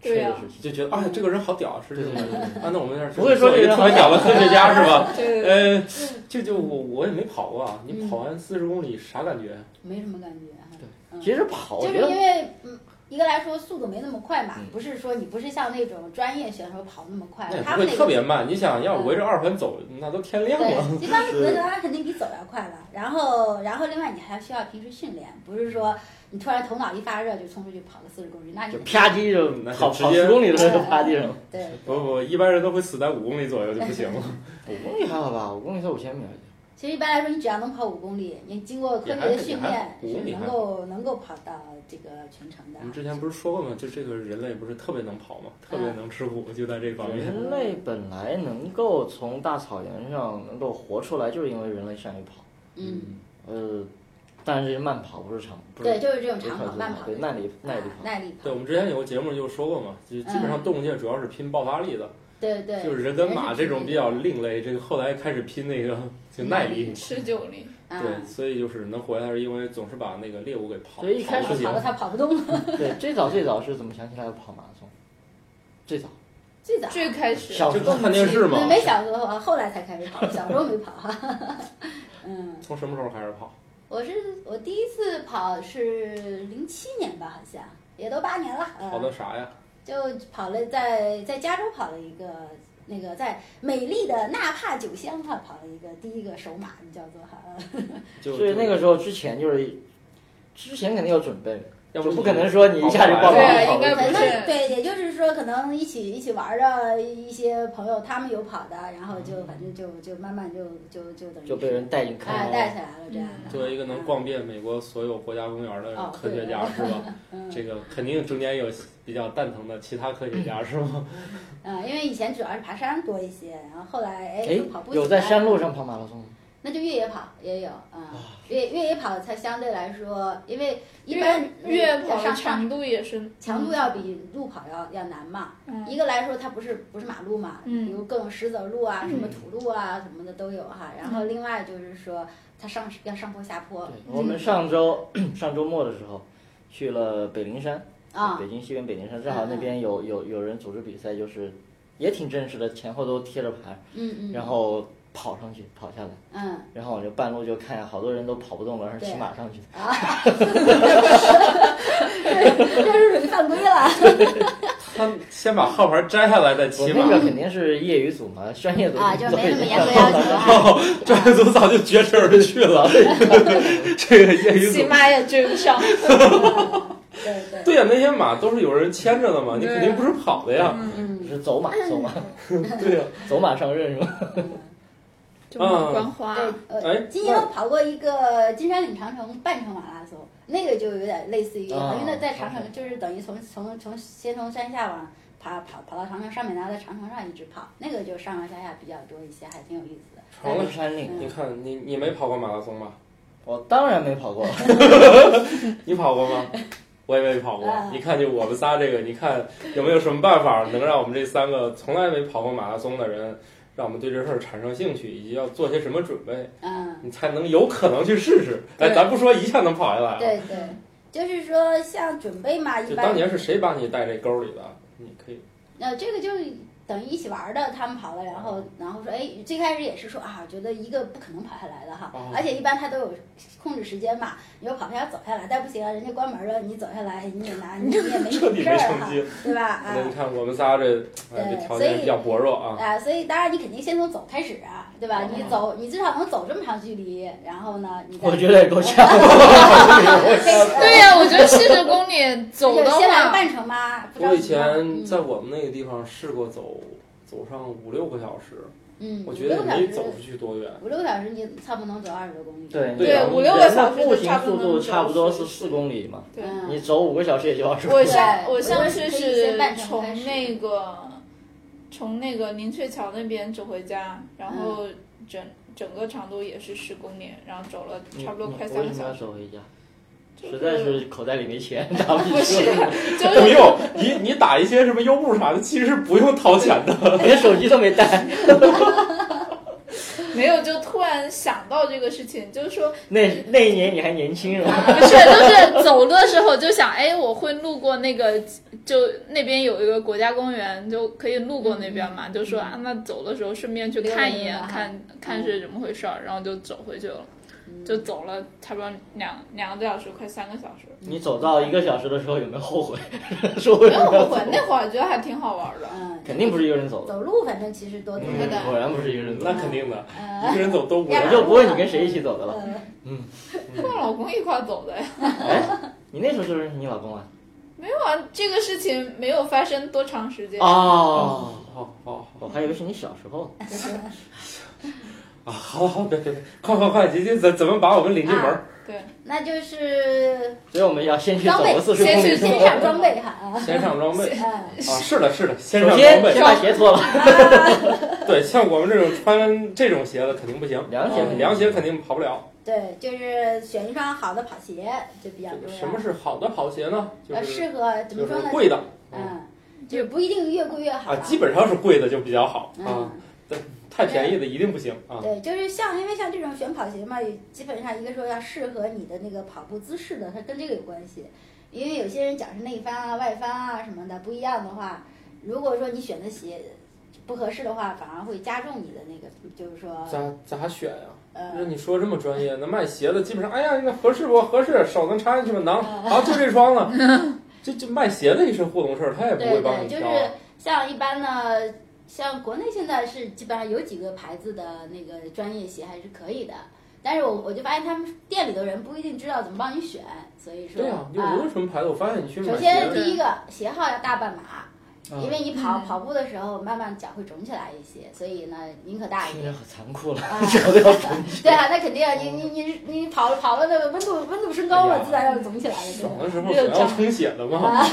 S10: 吹
S8: 对
S10: 的
S8: 啊
S10: 事情。
S9: 就觉得哎，这个人好屌啊，是这种感觉。啊，那我们这儿
S10: 不会说这
S9: 这
S10: 个
S9: 个
S10: 人
S9: 特别屌的科学家是吧？
S4: 对对
S9: 呃，这 就我我也没跑过啊，你跑完四十公里啥感觉？
S11: 没什么感觉哈。嗯
S10: 其实跑，我
S11: 就是
S10: 觉
S11: 因
S10: 得
S11: 为嗯，一个来说速度没那么快嘛
S10: 嗯，
S11: 不是说你不是像那种专业选手跑那么快
S9: 那也，
S11: 他
S9: 不
S11: 们
S9: 会
S11: 那
S9: 特
S11: 个
S9: 别慢。你想要围着二环走，那都天亮了。
S11: 对，一般那个他肯定比走要快了。然后，然后另外你还需要平时训练，不是说你突然头脑一发热就冲出去跑个四十公里，那你
S10: 就啪叽就
S9: 那就
S10: 跑
S9: 直
S10: 跑
S9: 接
S10: 十公里的时候就趴地上了。
S11: 对，
S9: 不不不，一般人都会死在五公里左右就不行了。
S10: 五公哎里还好吧，五公里才五千米而已。
S11: 其实一般来说，你只要能跑五公里，你经过科学的训练，
S9: 也还也还
S11: 是能够能够跑到这个全程的啊
S9: 我。们之前不是说过吗？就这个人类不是特别能跑吗？特别能吃苦，就在这方面。
S10: 人类本来能够从大草原上能够活出来，就是因为人类善于跑。
S11: 嗯，
S10: 呃，但是慢跑不是长，不是
S11: 对，就是这种
S10: 不是
S11: 长
S10: 快
S11: 跑、
S10: 速
S11: 慢跑
S10: 对，耐力耐力
S11: 啊
S10: 跑。
S11: 耐力
S9: 对，
S11: 跑
S9: 我，们之前有个节目就说过嘛，就基本上动物界主要是拼爆发力的，
S11: 对嗯对，
S9: 就是人跟马这种比较另类，这个后来开始拼那个就耐力。
S8: 持久力，
S11: 嗯啊，
S9: 对，所以就是能活下来，是因为总是把那个猎物给跑
S10: 对一开
S9: 跑
S10: 始
S9: 不
S11: 跑
S9: 行
S11: 的。他跑不动了，
S10: 对，最早最早是怎么想起来要跑马拉松？最早
S11: 最早。
S8: 最开始
S10: 小时
S9: 就
S10: 候
S9: 看电视嘛
S11: 没，没小时候啊，后来才开始跑，小时候没跑哈。嗯，
S9: 从什么时候开始跑？
S11: 我是我第一次跑是零七年吧，好像也都八年了。
S9: 跑
S11: 嗯，
S9: 的啥呀？
S11: 就跑了在在加州跑了一个那个在美丽的纳帕酒乡哈跑了一个第一个首马，叫做哈。嗯
S9: 就
S10: 所以那
S9: 就
S10: 个时候之前就是，之前肯定有准备，
S9: 要
S10: 就
S9: 你
S10: 不可能说你一下就
S9: 跑
S10: 报
S9: 不出
S10: 名
S8: 来对
S10: 了跑
S8: 应该
S10: 了
S8: 不
S11: 可
S8: 是
S11: 能对，也就是说可能一起一起玩的一些朋友，他们有跑的，然后就反正就就慢慢就就就等于
S10: 嗯就被人带进坑
S11: 啊
S10: 了。
S11: 带起来了这样的。
S9: 作为一个能逛遍美国所有国家公园的
S11: 哦
S9: 科学家是吧？
S11: 嗯
S9: 这个肯定中间有比较蛋疼的其他科学 家是吗？
S11: 嗯，因为以前主要是爬山多一些，然后后来哎
S10: 哎
S11: 就跑步，
S10: 有
S11: 起来
S10: 在山路上跑马拉松吗？
S11: 那就越野跑也有嗯，越越野跑才相对来说，因为一
S8: 越
S11: 般
S8: 越
S11: 嗯
S8: 跑的
S11: 上上
S8: 强度也是
S11: 强度要比路跑要要难嘛。
S8: 嗯
S11: 一个来说，它不是不是马路嘛，
S8: 嗯
S11: 比如各种石子路啊、什么土路啊、什么的都有哈。然
S8: 嗯
S11: 后另外就是说，它上要上坡下坡
S10: 对，我们上周 上周末的时候去了北灵山，
S11: 啊
S10: 北京西边北灵山，正好那边有有有人组织比赛，就是也挺正式的，前后都贴着牌，
S11: 嗯嗯，
S10: 然后跑上去跑下来，
S11: 嗯
S10: 然后我就半路就看好多人都跑不动了，然后骑马上去的。
S11: 这是属于犯规了。
S9: 他先把号牌摘下来再
S10: 我
S9: 骑马
S10: 那， 个肯定是业余组嘛，专业组
S11: 啊，就没
S10: 都
S11: 那么
S10: 已经
S11: 严格要求啊。
S9: 专业组早就绝尘而去了。这个
S4: 嗯
S9: 业余
S8: 起
S9: 组，
S8: 码也追不上。
S11: 嗯 对对，
S9: 对呀，那些马都是有人牵着的嘛，你肯定不是跑的呀。
S11: 嗯，
S10: 是走马走马
S9: 对呀，
S10: 走马上任是吧？
S8: 就马冠花，
S11: 对，
S9: 哎
S11: 呃，今年我跑过一个金山岭长城半程马拉松，那个就有点类似于，因
S10: 啊
S11: 为那在长
S10: 长
S11: 城就是等于从从从先从山下往爬跑跑到长城上面，然后在长城上一直跑，那个就上上下下比较多一些，还挺有意思的。
S9: 好了
S10: 北山岭，
S9: 你看你你没跑过马拉松吧？
S10: 我当然没跑过，
S9: 你跑过吗？我也没跑过
S11: 啊。
S9: 你看，就我们仨这个，你看有没有什么办法能让我们这三个从来没跑过马拉松的人，让我们对这事儿产生兴趣，以及要做些什么准备，
S11: 嗯，
S9: 你才能有可能去试试。哎，
S11: 对
S9: 咱不说一下能跑下来啊，
S11: 对对，就是说像准备嘛，一
S9: 就
S11: 般
S9: 当年是谁把你带这沟里的？你可以
S11: 那这个就等于一起玩儿的，他们跑了，然后然后说，哎，最开始也是说啊，觉得一个不可能跑下来的哈
S9: 哦，
S11: 而且一般他都有控制时间嘛，你说跑不下来走下来，但不行啊，人家关门了，你走下来你也拿 你也没什
S9: 彻
S11: 么
S9: 底
S11: 事
S9: 没
S11: 儿
S9: 成
S11: 哈，
S9: 绩。
S11: 对吧？啊
S9: 那你看我们仨这，哎，
S11: 对
S9: 这条件比较薄弱啊。
S11: 啊，所以当然你肯定先从走开始啊，对吧？
S9: 哦
S11: 你走，你至少能走这么长距离，然后呢，你再
S10: 我觉 得也够呛。
S8: 对呀、我觉得四十公里走
S11: 就
S8: 的
S11: 是先来个
S8: 话，
S11: 半程吧，不着
S9: 我以
S11: 急嘛嗯
S9: 前在我们那个地方试过走，走上五六个小时，
S11: 嗯，
S9: 我觉得也
S11: 五六个
S9: 没
S11: 小时
S9: 走出去多远。
S11: 五六个小时你差不多能走二十多公里。
S10: 对
S9: 对啊
S10: 五
S9: 五
S8: 六个小时
S10: 步
S8: 就
S10: 行
S8: 差不
S10: 速
S8: 多
S10: 度
S8: 能
S10: 差不多是
S8: 走
S10: 四公里嘛，
S8: 对
S11: 嗯
S10: 你走五个小时也就二十公
S8: 我
S10: 里。
S8: 上
S11: 对
S8: 我上
S11: 我
S8: 次
S11: 可以先
S8: 是
S11: 半程开始
S8: 从那个从那个宁翠桥那边走回家，然后
S11: 嗯
S8: 整整个长度也是十公里，然后走了差不多快三
S10: 为
S8: 个
S10: 什么要
S8: 小时。
S10: 走回家？
S8: 就是
S10: 实在是口袋里 没钱，打不
S8: 不是
S10: 起，
S8: 就是
S9: 没有，你你打一些什么优步啥的，其实是不用掏钱 的。
S10: 连手机都没带。
S8: 没有，就突然想到这个事情，就是说
S10: 那那一年你还年轻是 吧？
S8: 不是，就是走的时候就想，哎，我会路过那个，就那边有一个国家公园，就可以路过那边嘛，就说啊，那走的时候顺便去看一眼
S11: 嗯溜达，
S8: 看看是怎么回事儿，然后就走回去了，就走了差不多两两个多小时，快三个小时，
S10: 你走到一个小时的时候有没有后悔？ 说为
S8: 没
S10: 什
S8: 有
S10: 么要
S8: 后
S10: 走
S8: 悔，？那会儿觉得还挺好玩的。
S11: 嗯，
S10: 肯定不是一个人走的，
S11: 走路反正其实多多
S10: 嗯
S11: 的。
S10: 果然不是一个人走
S9: 那
S10: 的。
S9: 肯定 的，一
S11: 呃，
S9: 个人走都无
S11: 要
S9: 聊
S10: 我
S11: 不。
S10: 就不问你跟谁一起走 的了。
S11: 呃
S8: 跟我老公一块儿走的呀，
S10: 哎，你那时候就认识你老公啊？
S8: 没有啊，这个事情没有发生多长时间。
S10: 哦，
S9: 好好
S10: 我还以为是你小时候。
S9: 啊，好好，别别别，快快快，今天怎怎么把我们领进门儿？
S8: 对，
S11: 那就是
S10: 所以我们要先去走个四十公
S8: 先去
S10: 里。
S11: 先上装备哈啊，
S9: 先上装 备
S11: 嗯，
S9: 啊，是的，是的，先
S10: 首
S9: 上
S10: 先
S9: 装备
S10: 先。把鞋脱了，
S9: 对，像我们这种穿这种鞋子肯定不行，
S10: 凉鞋
S9: 啊凉鞋肯定跑不了。
S11: 对，就是选一双好的跑鞋就比较重要。
S9: 什么是好的跑鞋呢？就
S11: 呃，
S9: 是
S11: 适合怎
S9: 就
S11: 么说
S9: 是
S11: 呢？
S9: 贵的
S11: 嗯，就是不一定越贵越好
S9: 啊，
S11: 啦。
S9: 基本上是贵的就比较好啊
S11: 嗯，，
S9: 太便宜的一定不行啊。
S11: 对，就是像因为像这种选跑鞋嘛，基本上一个说要适合你的那个跑步姿势的，它跟这个有关系。因为有些人讲是内翻啊、外翻啊什么的不一样的话，如果说你选的鞋不合适的话，反而会加重你的那个，就是说
S9: 咋咋选呀？那
S11: 呃，
S9: 你说这么专业，那卖鞋的基本上，哎呀，那合适不合适，手能插进去吗？能，
S11: 嗯
S9: 好，就这双 了。这这卖鞋的也是糊弄事儿，他也不
S11: 对
S9: 会帮
S11: 对，
S9: 你
S11: 就
S9: 挑。啊
S11: 是像一般呢，像国内现在是基本上有几个牌子的那个专业鞋还是可以的。但是我我就发现他们店里的人不一定知道怎么帮你选，所以说啊
S9: 对呀，就无论什么牌子，我发现你去买
S11: 首
S9: 鞋
S11: 先
S9: 的
S11: 第一个鞋号要大半码，
S10: 嗯
S11: 因为你跑
S8: 嗯
S11: 跑步的时候慢慢脚会肿起来一些，所以呢宁可大一
S10: 听
S11: 点。
S10: 着好残酷了，
S11: 啊，
S10: 脚都要肿起
S11: 对啊，那肯定啊，你你你你跑跑了，那个温度温度升高
S9: 哎
S11: 了，
S9: 呀
S11: 自然要肿起来了。对吧
S9: 爽的时候总要充血的嘛。
S11: 啊，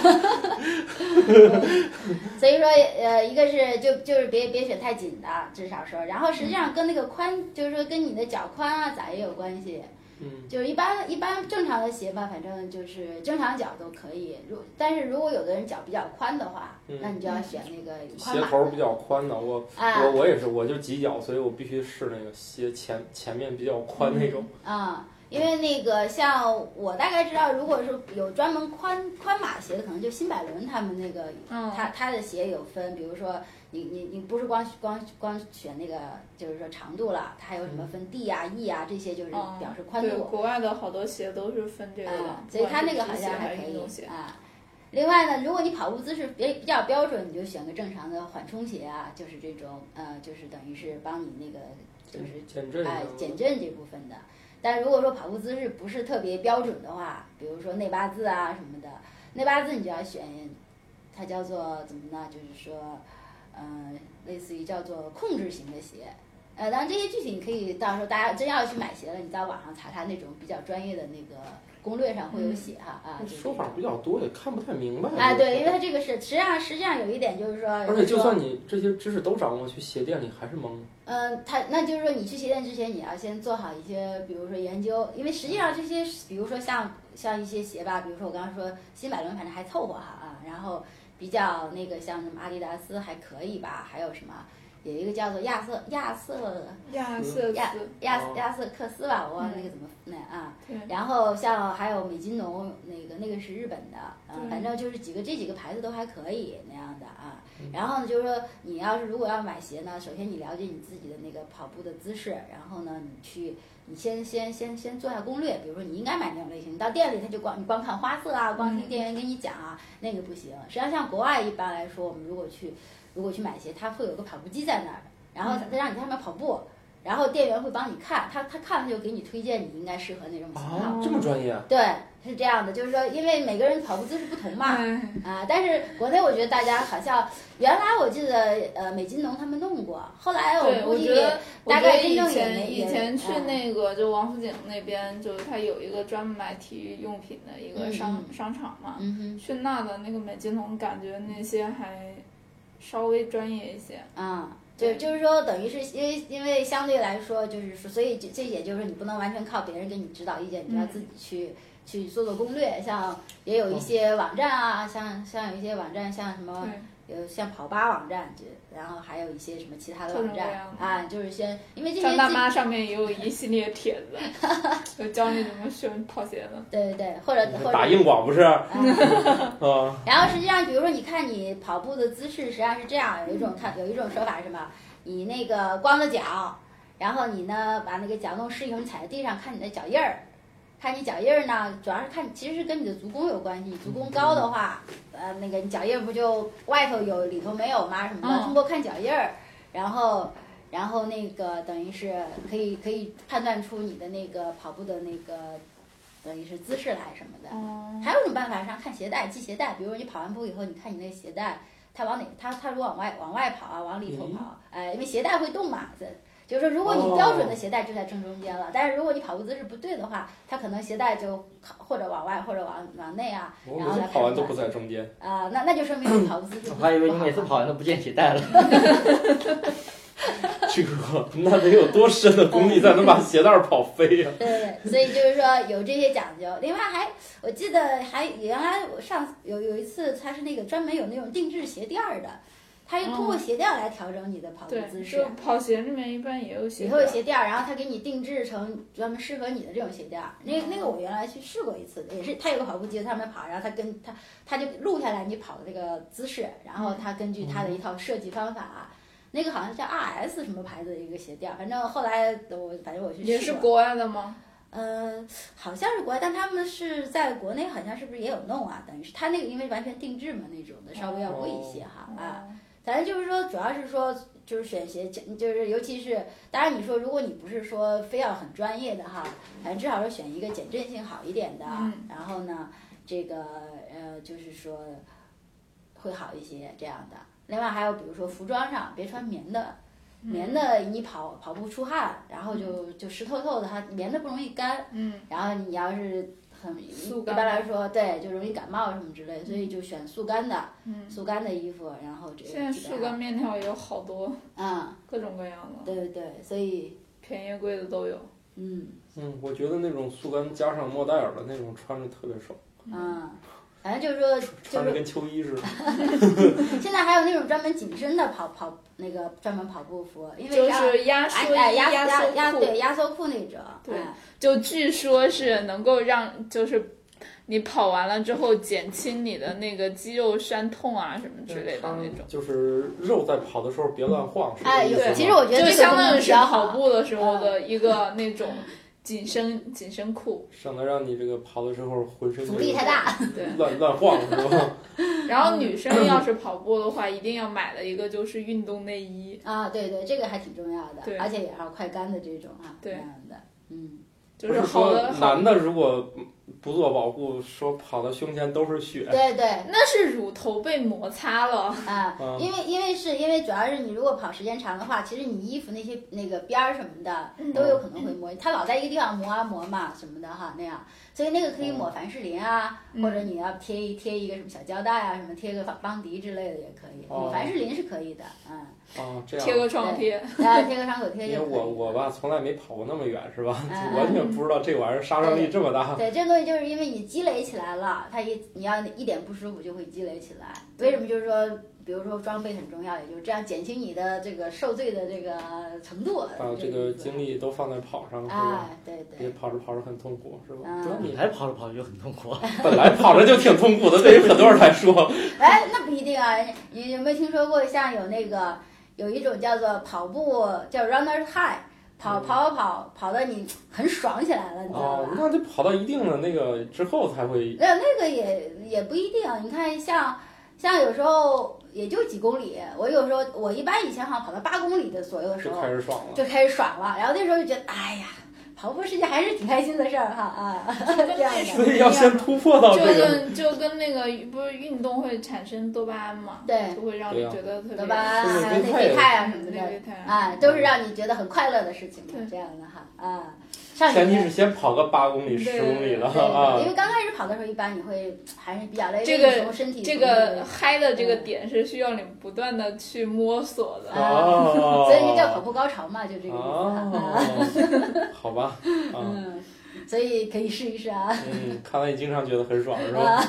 S11: 所以说，呃，一个是就就是别别选太紧的，至少说，然后实际上跟那个宽，就是说跟你的脚宽啊咋也有关系。
S9: 嗯，
S11: 就是一般一般正常的鞋吧，反正就是正常脚都可以。如但是如果有的人脚比较宽的话，
S9: 嗯
S11: 那你就要选那个宽
S9: 鞋
S11: 码
S9: 头比较宽的，我我
S11: 啊
S9: 我也是，我就挤脚，所以我必须试那个鞋前前面比较宽那种。
S11: 啊、因为那个像我大概知道，如果是有专门宽宽码鞋的，可能就新百伦他们那个
S8: 嗯，
S11: 他他的鞋有分，比如说你你你不是光光光选那个，就是说长度了，它还有什么分 D 啊、E 啊这些，就是
S8: 嗯哦
S11: 表示宽
S8: 对，
S11: 度
S8: 国外的好多鞋都是分这个的
S11: 啊，，所以它那个好像
S8: 还
S11: 还可
S8: 运动
S11: 以
S8: 鞋。
S11: 啊。另外呢，如果你跑步姿势比比较标准，你就选个正常的缓冲鞋啊，就是这种呃，就是等于是帮你那个就是
S9: 减震
S11: 哎
S9: 什么的
S11: 减震这部分的。但如果说跑步姿势不是特别标准的话，比如说内八字啊什么的，内八字你就要选，它叫做怎么呢？就是说，嗯、类似于叫做控制型的鞋。呃，当然这些具体你可以到时候大家真要去买鞋了，你到网上查查那种比较专业的那个攻略上会有写哈、啊。就是
S9: 说嗯法比较多，也看不太明白。
S11: 啊，对，因为它这个是实际上实际上有一点就是说，
S9: 而且就算你这些知识都掌握，去鞋店里还是懵。
S11: 嗯，他那就是说，你去鞋店之前，你要先做好一些，比如说研究，因为实际上这些，比如说像像一些鞋吧，比如说我刚刚说新百伦，反正还凑合哈啊，然后比较那个像什么阿迪达斯还可以吧，还有什么有一个叫做亚瑟亚瑟
S8: 亚瑟
S11: 亚
S8: 斯，
S11: 亚
S9: 哦
S11: 亚瑟克斯吧，我忘了
S8: 嗯
S11: 那个怎么那啊
S8: 对。
S11: 然后像还有美津浓，那个那个是日本的，啊
S8: 对，
S11: 反正就是几个这几个牌子都还可以那样的啊。然后呢，就是说你要是如果要买鞋呢，首先你了解你自己的那个跑步的姿势，然后呢，你去你先先先先做下攻略，比如说你应该买哪种类型，你到店里他就光你光看花色啊，光
S8: 嗯
S11: 听店员跟你讲啊，那个不行。实际上像国外一般来说，我们如果去如果去买鞋，他会有个跑步机在那儿，然后
S8: 嗯
S11: 他让你在上面跑步。然后店员会帮你看，他他看了就给你推荐你应该适合哪种型号。
S9: 啊，这么专业啊，
S11: 对，是这样的，就是说，因为每个人跑步姿势不同嘛，
S8: 哎
S11: 啊，但是国内我觉得大家好像原来我记得呃美津浓他们弄过，后来
S8: 对，
S11: 估
S8: 我
S11: 计
S8: 觉得我
S11: 大
S8: 觉得
S11: 概真
S8: 以
S11: 正也没
S8: 前以前去
S11: 嗯
S8: 那个就王府井那边，就是他有一个专门卖体育用品的一个
S11: 嗯
S8: 商、
S11: 嗯
S8: 商场嘛，
S11: 嗯
S8: 去那的那个美津浓，感觉那些还稍微专业一些。
S11: 哼啊。就就是说，等于是因为因为相对来说，就是说，所以这这也就是你不能完全靠别人给你指导意见，你就要
S8: 嗯哦
S11: 自己去去做做攻略。像也有一些网站啊，像像有一些网站，像什么
S8: 对，
S11: 有像跑吧网站，就然后还有一些什么其他的
S8: 各种
S11: 网
S8: 各
S11: 站
S8: 样的
S11: 啊，就是先因为这些
S8: 张大
S11: 自
S8: 妈上面也有一系列帖 子，就教你怎么选跑鞋的。
S11: 对对对，或者或者
S9: 打硬广不是啊？
S11: 啊然后实际上，比如说，你看你跑步的姿势，实际上是这样，有一种看有一种说法是什么？你那个光着脚，然后你呢把那个脚弄湿以后，你踩在地上看你的脚印儿，看你脚印儿呢，主要是看其实是跟你的足弓有关系，你足弓高的话，呃，那个你脚印儿不就外头有里头没有吗？什么
S8: 嗯
S11: 的，通过看脚印儿，然后。然后那个等于是可以可以判断出你的那个跑步的那个等于是姿势来什么的，
S8: 哦，
S11: 嗯还有一种办法是让看鞋带，系鞋带。比如你跑完步以后，你看你那个鞋带，它往哪，它它如果往外往外跑啊，往里头跑，哎，因为鞋带会动嘛。
S10: 哦
S11: 这就是说，如果你标准的鞋带就在正中间了，但是如果你跑步姿势不对的话，它可能鞋带就靠或者往外或者往往内啊，
S9: 我
S11: 然后
S9: 每
S11: 来
S9: 次跑完
S11: 判
S9: 都
S11: 断
S9: 不在中间，
S11: 啊、那那就说明你跑步姿 势
S10: 我
S11: 不
S10: 还以为你
S11: 不好
S10: 每次跑完都不见鞋带了。
S9: 这个那得有多深的
S11: 嗯
S9: 功力才能把鞋带儿跑飞呀？
S11: 对，所以就是说有这些讲究。另外还，我记得还原来我上次有有一次，它是那个专门有那种定制鞋垫儿的，它就通过鞋垫儿来调整你的跑步姿
S8: 哦对，
S11: 势
S8: 就。跑鞋里面一般也有鞋
S11: 以
S8: 垫
S11: 后
S8: 儿。
S11: 有鞋垫儿，然后它给你定制成专门适合你的这种鞋垫儿。那那个我原来去试过一次，也是它有个跑步机，上面跑，然后它跟它它就录下来你跑的这个姿势，然后它根据
S8: 嗯
S11: 它的一套设计方法。那个好像叫 RS 什么牌子的一个鞋垫儿，反正后来我反正我去试
S8: 也是
S11: 过
S8: 国外的吗？
S11: 呃，好像是国外，但他们是在国内，好像是不是也有弄啊？等于是他那个因为完全定制嘛，那种的稍微要贵一些哈、啊。
S8: 哦，
S11: 反正就是说，主要是说就是选鞋，就是尤其是当然你说如果你不是说非要很专业的哈，反正至少说选一个减震性好一点的，
S8: 嗯
S11: 然后呢，这个呃就是说会好一些这样的。另外还有比如说服装上别穿棉的，
S8: 嗯
S11: 棉的你跑跑步出汗，然后就就湿透透的，它棉的不容易干。
S8: 嗯，
S11: 然后你要是很
S8: 速
S11: 一
S8: 干
S11: 般来说，对，就容易感冒什么之类，所以就选速干的，
S8: 嗯
S11: 速干的衣服，然后这个
S8: 现在
S11: 基
S8: 速
S11: 本
S8: 干
S11: 上，
S8: 面条有好多，
S11: 嗯，
S8: 各种各样的，
S11: 对对对，所以
S8: 便宜贵的都有。
S11: 嗯
S9: 嗯，我觉得那种速干加上莫代尔的那种穿着特别爽，
S11: 嗯，反正就是说，就
S9: 穿着
S11: 是
S9: 跟秋衣似的。
S11: 现在还有那种专门紧身的跑跑那个专门跑步服，因为
S8: 就
S11: 像
S8: 是压
S11: 哎
S8: 缩
S11: 哎
S8: 衣
S11: 压
S8: 压
S11: 压
S8: 缩
S11: 压
S8: 裤
S11: 对压缩裤那种，
S8: 对
S11: 哎
S8: 就据说是能够让，就是你跑完了之后减轻你的那个肌肉酸痛啊什么之类的那种。
S9: 就是肉在跑的时候别乱晃。是这
S11: 哎，
S9: 意思
S11: 有
S9: 吗
S11: 其实我觉得
S8: 就
S11: 这个
S8: 相
S11: 功能
S8: 当于
S11: 比
S8: 是
S11: 较
S8: 跑
S11: 好，嗯
S8: 步的时候的一个那种紧身紧身裤，
S9: 省得让你这个跑的时候浑身
S11: 阻力太大，
S8: 对。
S9: 乱乱 晃是吧？
S8: 然
S9: 嗯
S8: 后女生要是跑步的话，一定要买的一个就是运动内衣，
S11: 啊，对对，这个还挺重要的
S8: 对，
S11: 而且也要快干的这种啊，
S8: 对
S11: 那样的，嗯。
S8: 就
S9: 不是
S8: 好
S9: 说
S8: 的好
S9: 男。的如果不做保护，说跑到胸前都是血。
S11: 对对
S8: 那是乳头被摩擦了，
S11: 啊
S9: 嗯，
S11: 因为因为是因为主要是你如果跑时间长的话，其实你衣服那些那个边儿什么的
S9: 嗯
S11: 都有可能会磨，它老在一个地方磨啊磨嘛什么的哈那样，所以那个可
S9: 嗯
S11: 以抹凡士林啊，
S8: 嗯
S11: 或者你要贴一贴一个什么小胶带啊，什么贴个邦邦迪之类的也可以，
S9: 哦
S11: 抹凡士林是可以的，嗯，
S9: 啊，这
S8: 贴
S9: 样。
S8: 个创贴，
S11: 然后贴个伤口贴
S9: 因为
S11: 就可以了。
S9: 我我吧，从来没跑过那么远，是吧？
S11: 嗯
S9: 完全不知道这玩意儿杀伤力这么大。
S11: 对，这东会就是因为你积累起来了，它一你要一点不舒服就会积累起来。为什么就是说，比如说装备很重要，也就是这样减轻你的这个受罪的这个程度。啊
S9: 把啊这个精力都放在跑上，是吧？
S11: 哎，嗯对
S9: 别
S11: 对，
S9: 跑着跑着很痛苦，是 吧？
S11: 嗯
S10: 主要你来跑着跑着就很痛苦。
S9: 本来跑着就挺痛苦的，对于很多人来说，
S11: 哎，那不一定啊。你有没有听说过像有那个有一种叫做跑步叫 runner high，跑跑跑跑跑到你很爽起来了，你知道
S9: 嗯哦
S11: 吧，？
S9: 那得跑到一定的那个之后才会，
S11: 那那个也也不一定，啊你看像像有时候也就几公里，我有时候我一般以前好像跑到八公里的左右的时
S9: 就
S11: 候
S9: 开始爽了。
S11: 就开始爽了，然后那时候就觉得哎呀，跑步是件还是挺开心的事儿哈啊， 这样
S8: 就
S11: 的
S9: 所以要先突破到
S8: 就
S9: 这个，
S8: 跟就跟那个不是运动会产生多巴胺嘛，
S11: 对
S8: 就会让
S9: 啊
S8: 你觉得特别
S11: 多巴胺
S9: 是
S11: 啊、
S9: 内
S11: 内
S9: 啡
S11: 啡肽啊什
S8: 嗯
S11: 么
S8: 对
S11: 的
S8: 对对，
S11: 啊，都是让你觉得很快乐的事情嘛
S8: 对，
S11: 这样的哈啊，上
S9: 前提
S11: 学
S9: 是先跑个八公里、
S8: 对
S9: 十公里了
S11: 对
S9: 啊
S11: 对，因。为刚开始跑的时候，一般你会还是比较累，
S8: 这个
S11: 因为从身体
S8: 这
S11: 从
S8: 个
S11: 那
S8: 嗨的这个点是需要你不断的去摸索的。
S9: 哦，
S11: 所以就叫跑步高潮嘛，就这个意思哈。啊
S9: 哦，好吧，啊，
S11: 嗯，所以可以试一试啊。
S9: 嗯，看来你经常觉得很爽是吧？
S11: 啊，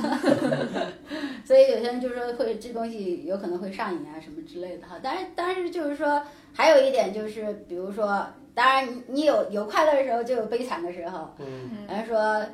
S11: 所以有些人就说会这东西有可能会上瘾啊什么之类的哈。但是但是就是说，还有一点就是，比如说，当然你你有有快乐的时候，就有悲惨的时候。
S9: 嗯，
S11: 然后说，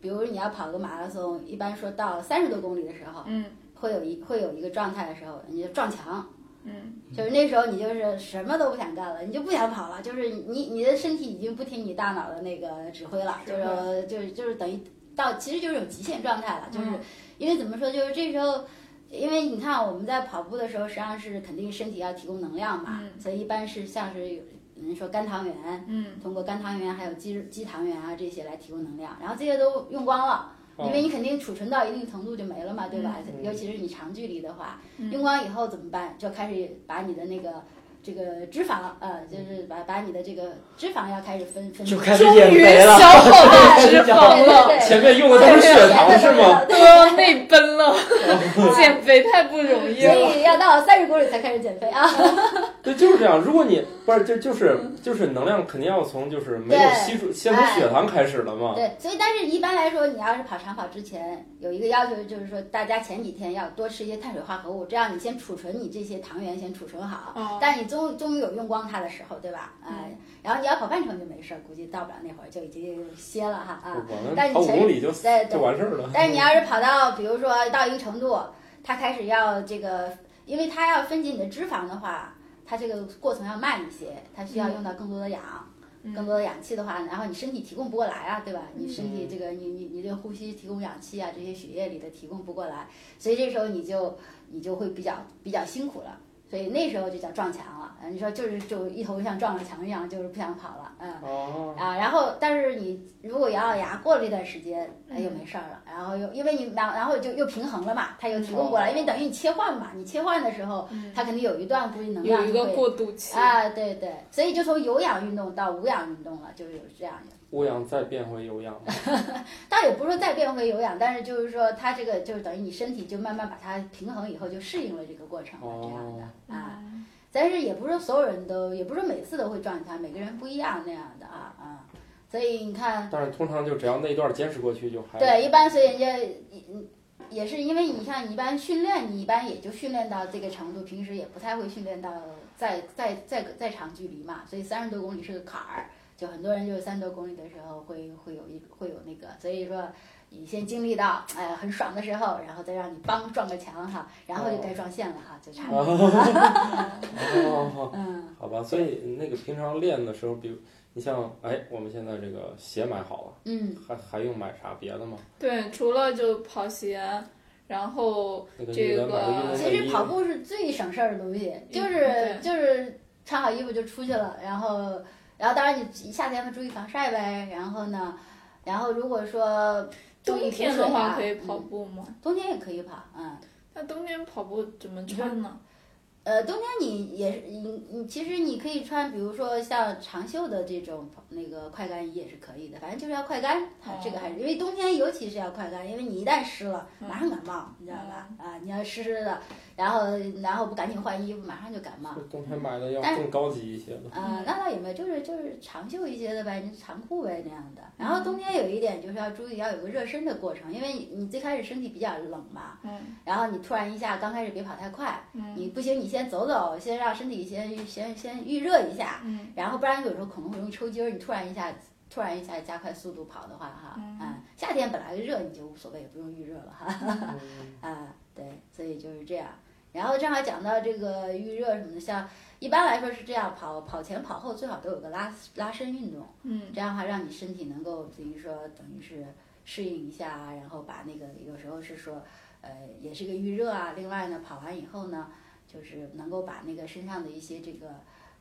S11: 比如你要跑个马拉松，一般说到三十多公里的时候，
S8: 嗯
S11: 会有一会有一个状态的时候，你就撞墙。
S8: 嗯，
S11: 就是那时候你就是什么都不想干了，你就不想跑了，就是你你的身体已经不听你大脑的那个指挥了，就是
S8: 的
S11: 是就是就是等于到其实就是一种极限状态了，就是
S8: 嗯
S11: 因为怎么说，就是这时候。因为你看我们在跑步的时候，实际上是肯定身体要提供能量嘛，
S8: 嗯
S11: 所以一般是像是有人说肝糖原，
S8: 嗯
S11: 通过肝糖原还有肌肌糖原啊这些来提供能量，然后这些都用光了，因为你肯定储存到一定程度就没了嘛，对吧？
S9: 嗯
S11: 尤其是你长距离的话，
S8: 嗯
S11: 用光以后怎么办？就开始把你的那个这个脂肪，呃，就是把把你的这个脂肪要开始分分
S10: 就
S11: 解
S10: 开始
S8: 终
S10: 减
S8: 于
S10: 肥
S8: 消
S10: 了，
S8: 耗完脂肪
S11: 对对
S8: 了，
S11: 对，
S9: 前面用的都是血糖是吗？
S8: 多内奔了，
S11: 嗯
S8: 减肥太不容易
S11: 所
S8: 了。
S11: 以要到三十公里才开始减肥啊！
S9: 对，就是这样。如果你不是，这就是就是能量肯定要从就是没有吸出，先从血糖开始了嘛。
S11: 对，啊所以但是一般来说，你要是跑长跑之前有一个要求，就是说大家前几天要多吃一些碳水化合物，这样你先储存你这些糖原先储存好，
S8: 哦
S11: 但你终终于有用光它的时候，对吧？啊、然后你要跑半程就没事儿，估计到不了那会儿就已经歇了哈啊。
S9: 我们
S11: 但
S9: 跑
S11: 你
S9: 五
S11: 前
S9: 公里就
S11: 对
S9: 就
S11: 对，
S9: 完事儿了。
S11: 但是你要是跑到，比如说到一个程度，它开始要这个，因为它要分解你的脂肪的话，它这个过程要慢一些，它需要用到更多的氧。更多的氧气的话，然后你身体提供不过来啊，对吧？你身体这个你你你对呼吸提供氧气啊，这些血液里的提供不过来，所以这时候你就你就会比较比较辛苦了，所以那时候就叫撞墙了。啊你说就是就一头像撞了墙一样，就是不想跑了，嗯。
S9: 哦，
S11: 啊，然后但是你如果咬咬牙过了一段时间，哎，又
S8: 嗯哦
S11: 没事儿了，然后又因为你然然后就又平衡了嘛，它又提供过来，因为等于你切换嘛，你切换的时候，
S8: 嗯
S11: 它肯定有一段估计能量
S8: 有一
S11: 就
S8: 个
S11: 会
S8: 过渡期，
S11: 啊，对对，所以就从有氧运动到无氧运动了，就是有这样的。
S9: 无氧再变回有氧，
S11: 倒也不是说再变回有氧，但是就是说它这个就是等于你身体就慢慢把它平衡以后就适应了这个过程了，这
S9: 哦
S11: 样的啊。
S8: 嗯
S11: 但是也不是说所有人都，也不是每次都会撞墙，每个人不一样那样的啊啊。所以你看，
S9: 但是通常就只要那一段坚持过去就还
S11: 对，一般所以人家嗯也是因为你像你一般训练，你一般也就训练到这个程度，平时也不太会训练到再再再再长距离嘛，所以三十多公里是个坎儿，就很多人就是三十多公里的时候会会有一会有那个，所以说。你先经历到哎呀很爽的时候，然后再让你帮撞个墙哈，然后就该撞线了哈，就差不多。
S9: 哦，
S11: 嗯，
S9: 好吧。所以那个平常练的时候，比如你像哎，我们现在这个鞋买好了，
S11: 嗯，
S9: 还还用买啥别的吗？
S8: 对，除了就跑鞋，然后
S9: 那个
S8: 这
S9: 运动买个运动
S8: 个
S9: 内
S11: 其实
S9: 衣
S11: 跑步是最省事儿的东西，就
S8: 对
S11: 是就是穿好衣服就出去了，然后然后当然你夏天嘛注意防晒呗，然后呢，然后如果说注
S8: 冬
S11: 意
S8: 天
S11: 补
S8: 的
S11: 水
S8: 话
S11: 啊
S8: 可以跑
S11: 嗯
S8: 步吗？
S11: 冬天也可以跑，嗯。
S8: 那冬天跑步怎么穿呢？
S11: 呃，冬天你也是你你其实你可以穿，比如说像长袖的这种那个快干衣也是可以的，反正就是要快干，啊这个还是因为
S8: 嗯
S11: 冬天尤其是要快干，因为你一旦湿了马上感冒，你知道吧？啊，你要湿湿的，然后然后不赶紧换衣服，马上就感冒。
S9: 冬天买的要更高级一些了。
S8: 嗯
S11: 啊、那倒也没有，就是就是长袖一些的呗，你长裤呗那样的。然
S8: 嗯
S11: 后冬天有一点就是要注意，要有个热身的过程，因为你你最开始身体比较冷嘛，
S8: 嗯
S11: 然后你突然一下，刚开始别跑太快，
S8: 嗯
S11: 你不行你先走走，先让身体先先先预热一下，
S8: 嗯，
S11: 然后不然有时候可能会容易抽筋儿，你突然一下突然一下加快速度跑的话哈，
S8: 嗯
S11: 啊，夏天本来就热你就无所谓，不用预热了哈， 啊，对，所以就是这样。然后正好讲到这个预热什么的，像一般来说是这样，跑跑前跑后最好都有个拉拉伸运动，
S8: 嗯
S11: 这样的话让你身体能够等于说等于是适应一下啊，然后把那个有时候是说，呃，也是个预热啊。另外呢，跑完以后呢，就是能够把那个身上的一些这个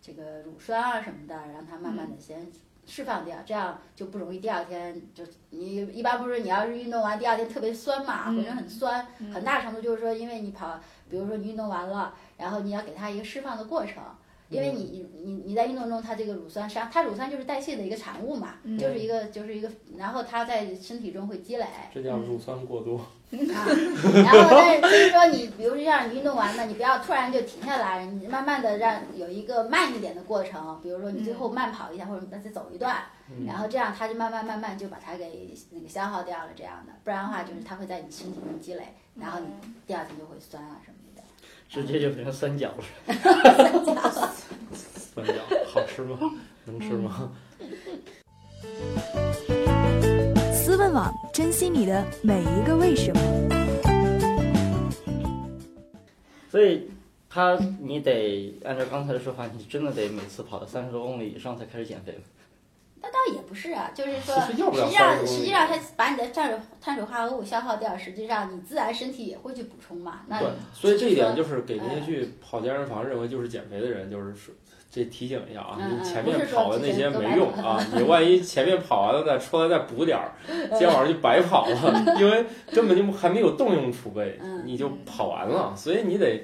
S11: 这个乳酸啊什么的，让它慢慢
S8: 嗯
S11: 的先释放掉，这样就不容易第二天就你一般不是你要是运动完第二天特别酸嘛，
S8: 嗯
S11: 浑身很酸，
S8: 嗯
S11: 很大程度就是说因为你跑，比如说你运动完了，然后你要给它一个释放的过程。因为你你你你在运动中，它这个乳酸伤，它乳酸就是代谢的一个产物嘛，
S8: 嗯
S11: 就是一个就是一个，然后它在身体中会积累，
S9: 这叫乳酸过多。
S11: 啊，然后但是就是说你，比如说像你运动完了，你不要突然就停下来，你慢慢的让有一个慢一点的过程，比如说你最后慢跑一下，或者你再走一段，然后这样它就慢慢慢慢就把它给那个消耗掉了，这样的，不然的话就是它会在你身体中积累，然后你
S8: 嗯
S11: 第二天就会酸啊什么的。
S10: 直接就变成三角了。
S9: 酸饺好吃吗？能吃
S11: 嗯
S9: 吗？
S1: 思问网，珍惜你的每一个为什么。
S10: 所以他你得按照刚才的说法，你真的得每次跑到三十多公里以上才开始减肥。
S11: 那倒也不是啊，就是说，
S9: 其实要不了
S11: 实际
S9: 三十公
S11: 上
S9: 里
S11: 实际上它把你的碳水碳水化合物消耗掉，实际上你自然身体也会去补充嘛。那哎
S9: 对，所以这一点就是给那些去跑健身房认为就是减肥的人，就是说这提醒一下啊，
S11: 嗯嗯
S9: 你前面跑的那些没用啊， 你万一前面跑完了再出来再补点儿，今天晚上就白跑了，因为根本就还没有动用储备
S11: 嗯，
S9: 你就跑完了，所以你得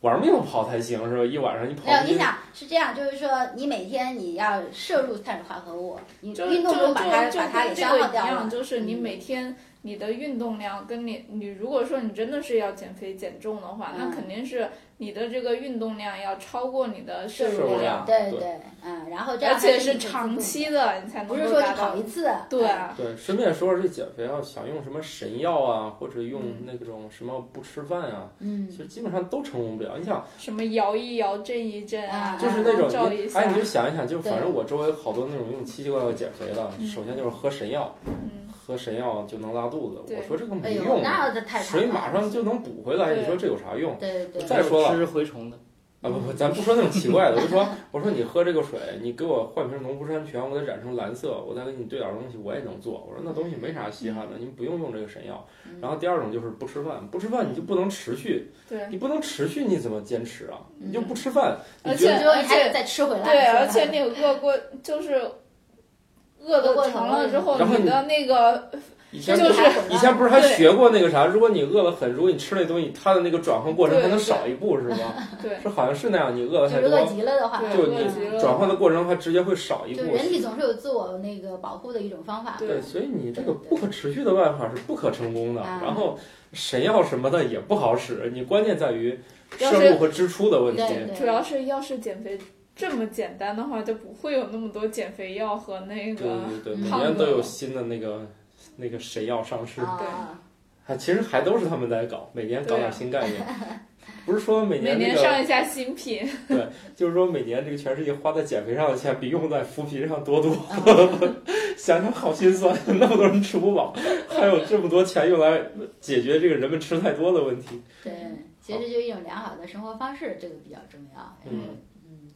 S9: 玩命跑才行，是吧？一晚上你跑
S11: 没有，
S9: 一
S11: 你想是这样，就是说你每天你要摄入碳水化合物，你
S8: 就是
S11: 运
S8: 就
S11: 动中
S8: 就
S11: 把它
S8: 就
S11: 把它
S8: 跟
S11: 给
S8: 这
S11: 消
S8: 个
S11: 耗
S8: 一
S11: 掉
S8: 样，
S11: 了。
S8: 就是你
S11: 嗯
S8: 每天你的运动量跟你你如果说你真的是要减肥减重的话，
S11: 嗯
S8: 那肯定是你的这个运动量要超过你的摄
S9: 摄入
S8: 入量，
S11: 对
S9: 对
S11: 对，嗯，然后这样
S8: 而且
S11: 它身
S8: 是
S11: 体自
S8: 长
S11: 动，
S8: 期的，你才
S11: 不
S8: 能
S11: 是
S8: 够
S11: 说你
S8: 达
S11: 跑
S8: 到
S11: 一。嗯次。
S8: 对啊，
S9: 对，顺便说说这减肥啊，想用什么神药啊，或者用那种什么不吃饭啊，
S11: 嗯
S9: 其，实基本上都成功不了。你想，
S8: 什么摇一摇，震一震啊，
S11: 啊
S9: 就是那种
S8: 照
S9: 你
S8: 一，下，
S9: 哎，你就想一想，就
S11: 对
S9: 反正我周围好多那种用奇奇怪怪减肥的，
S8: 嗯
S9: 首先就是喝神药，
S8: 嗯，
S9: 喝神药就能拉肚子。
S8: 对
S9: 我说这个
S11: 哎
S9: 没
S11: 呦，
S9: 用，啊
S11: 那这太
S9: 水
S11: 惨了
S9: 马上就能补回来，
S8: 对
S9: 你说这有啥用？
S11: 对对
S9: 再说了
S10: 吃蛔虫的，
S9: 啊不不，咱不说那种奇怪的，我就说，我说你喝这个水，你给我换瓶农夫山泉，我得染成蓝色，我再给你兑点东西，我也能做。我说那东西没啥稀罕的，你不用用这个神药。
S11: 嗯
S9: 然后第二种就是不吃饭，不吃饭你就不能持续，
S8: 对。
S9: 你不能持续你怎么坚持啊？你就不吃饭，你
S8: 嗯而
S9: 觉
S8: 且
S9: 得
S11: 最后你还得再吃回来。
S8: 对，
S11: 是吧
S8: 而且你饿过，就是饿
S11: 饿过
S8: 的
S11: 头
S8: 长
S11: 了
S8: 了之后，
S9: 然后
S8: 你
S9: 你
S8: 的那个
S9: 以前
S11: 身体
S8: 就是啊
S11: 还混
S9: 以
S11: 乱
S9: 前不是还
S8: 对
S9: 学过那个啥？如果你饿了很，如果你吃那东西，它的那个转换过程
S8: 对
S9: 还能少一步，是吗？
S8: 对
S9: 是好像是那样，你饿了
S11: 就
S9: 太
S11: 是饿
S9: 多，
S11: 极了的话，
S8: 对
S9: 就
S8: 饿极
S9: 你
S8: 了
S9: 转换的过程还直接会少一
S11: 就
S9: 步
S11: 是。人体总是有自我那个保护的一种方法。
S8: 对
S9: 对，所以你这个不可持续的办法是不可成功的。
S11: 啊
S9: 然后神药什么的也不好使，你关键在于
S8: 要
S9: 摄
S8: 是
S9: 入和支出的问题。
S11: 对对，
S8: 主要是要是减肥这么简单的话，就不会有那么多减肥药和那
S9: 对
S8: 个
S9: 对对，
S11: 嗯
S9: 每
S8: 胖
S9: 年
S8: 哥
S9: 都有新的那个那个神药上市，
S11: 啊
S8: 对
S9: 还其实还都是他们在搞，每年搞
S8: 对
S9: 点
S8: 啊
S9: 新 概念。不是说每
S8: 每
S9: 那
S8: 年
S9: 个
S8: 上一下新品。
S9: 就是说，每年这个全世界花在减肥上的钱比用在扶贫上多多，
S11: 嗯
S9: 想想好心酸。那么多人吃不饱，还有这么多钱用来解决这个人们吃太多的问题。
S11: 对，其实就一种良好的生活方式，这个比较重要。
S9: 嗯
S11: 嗯，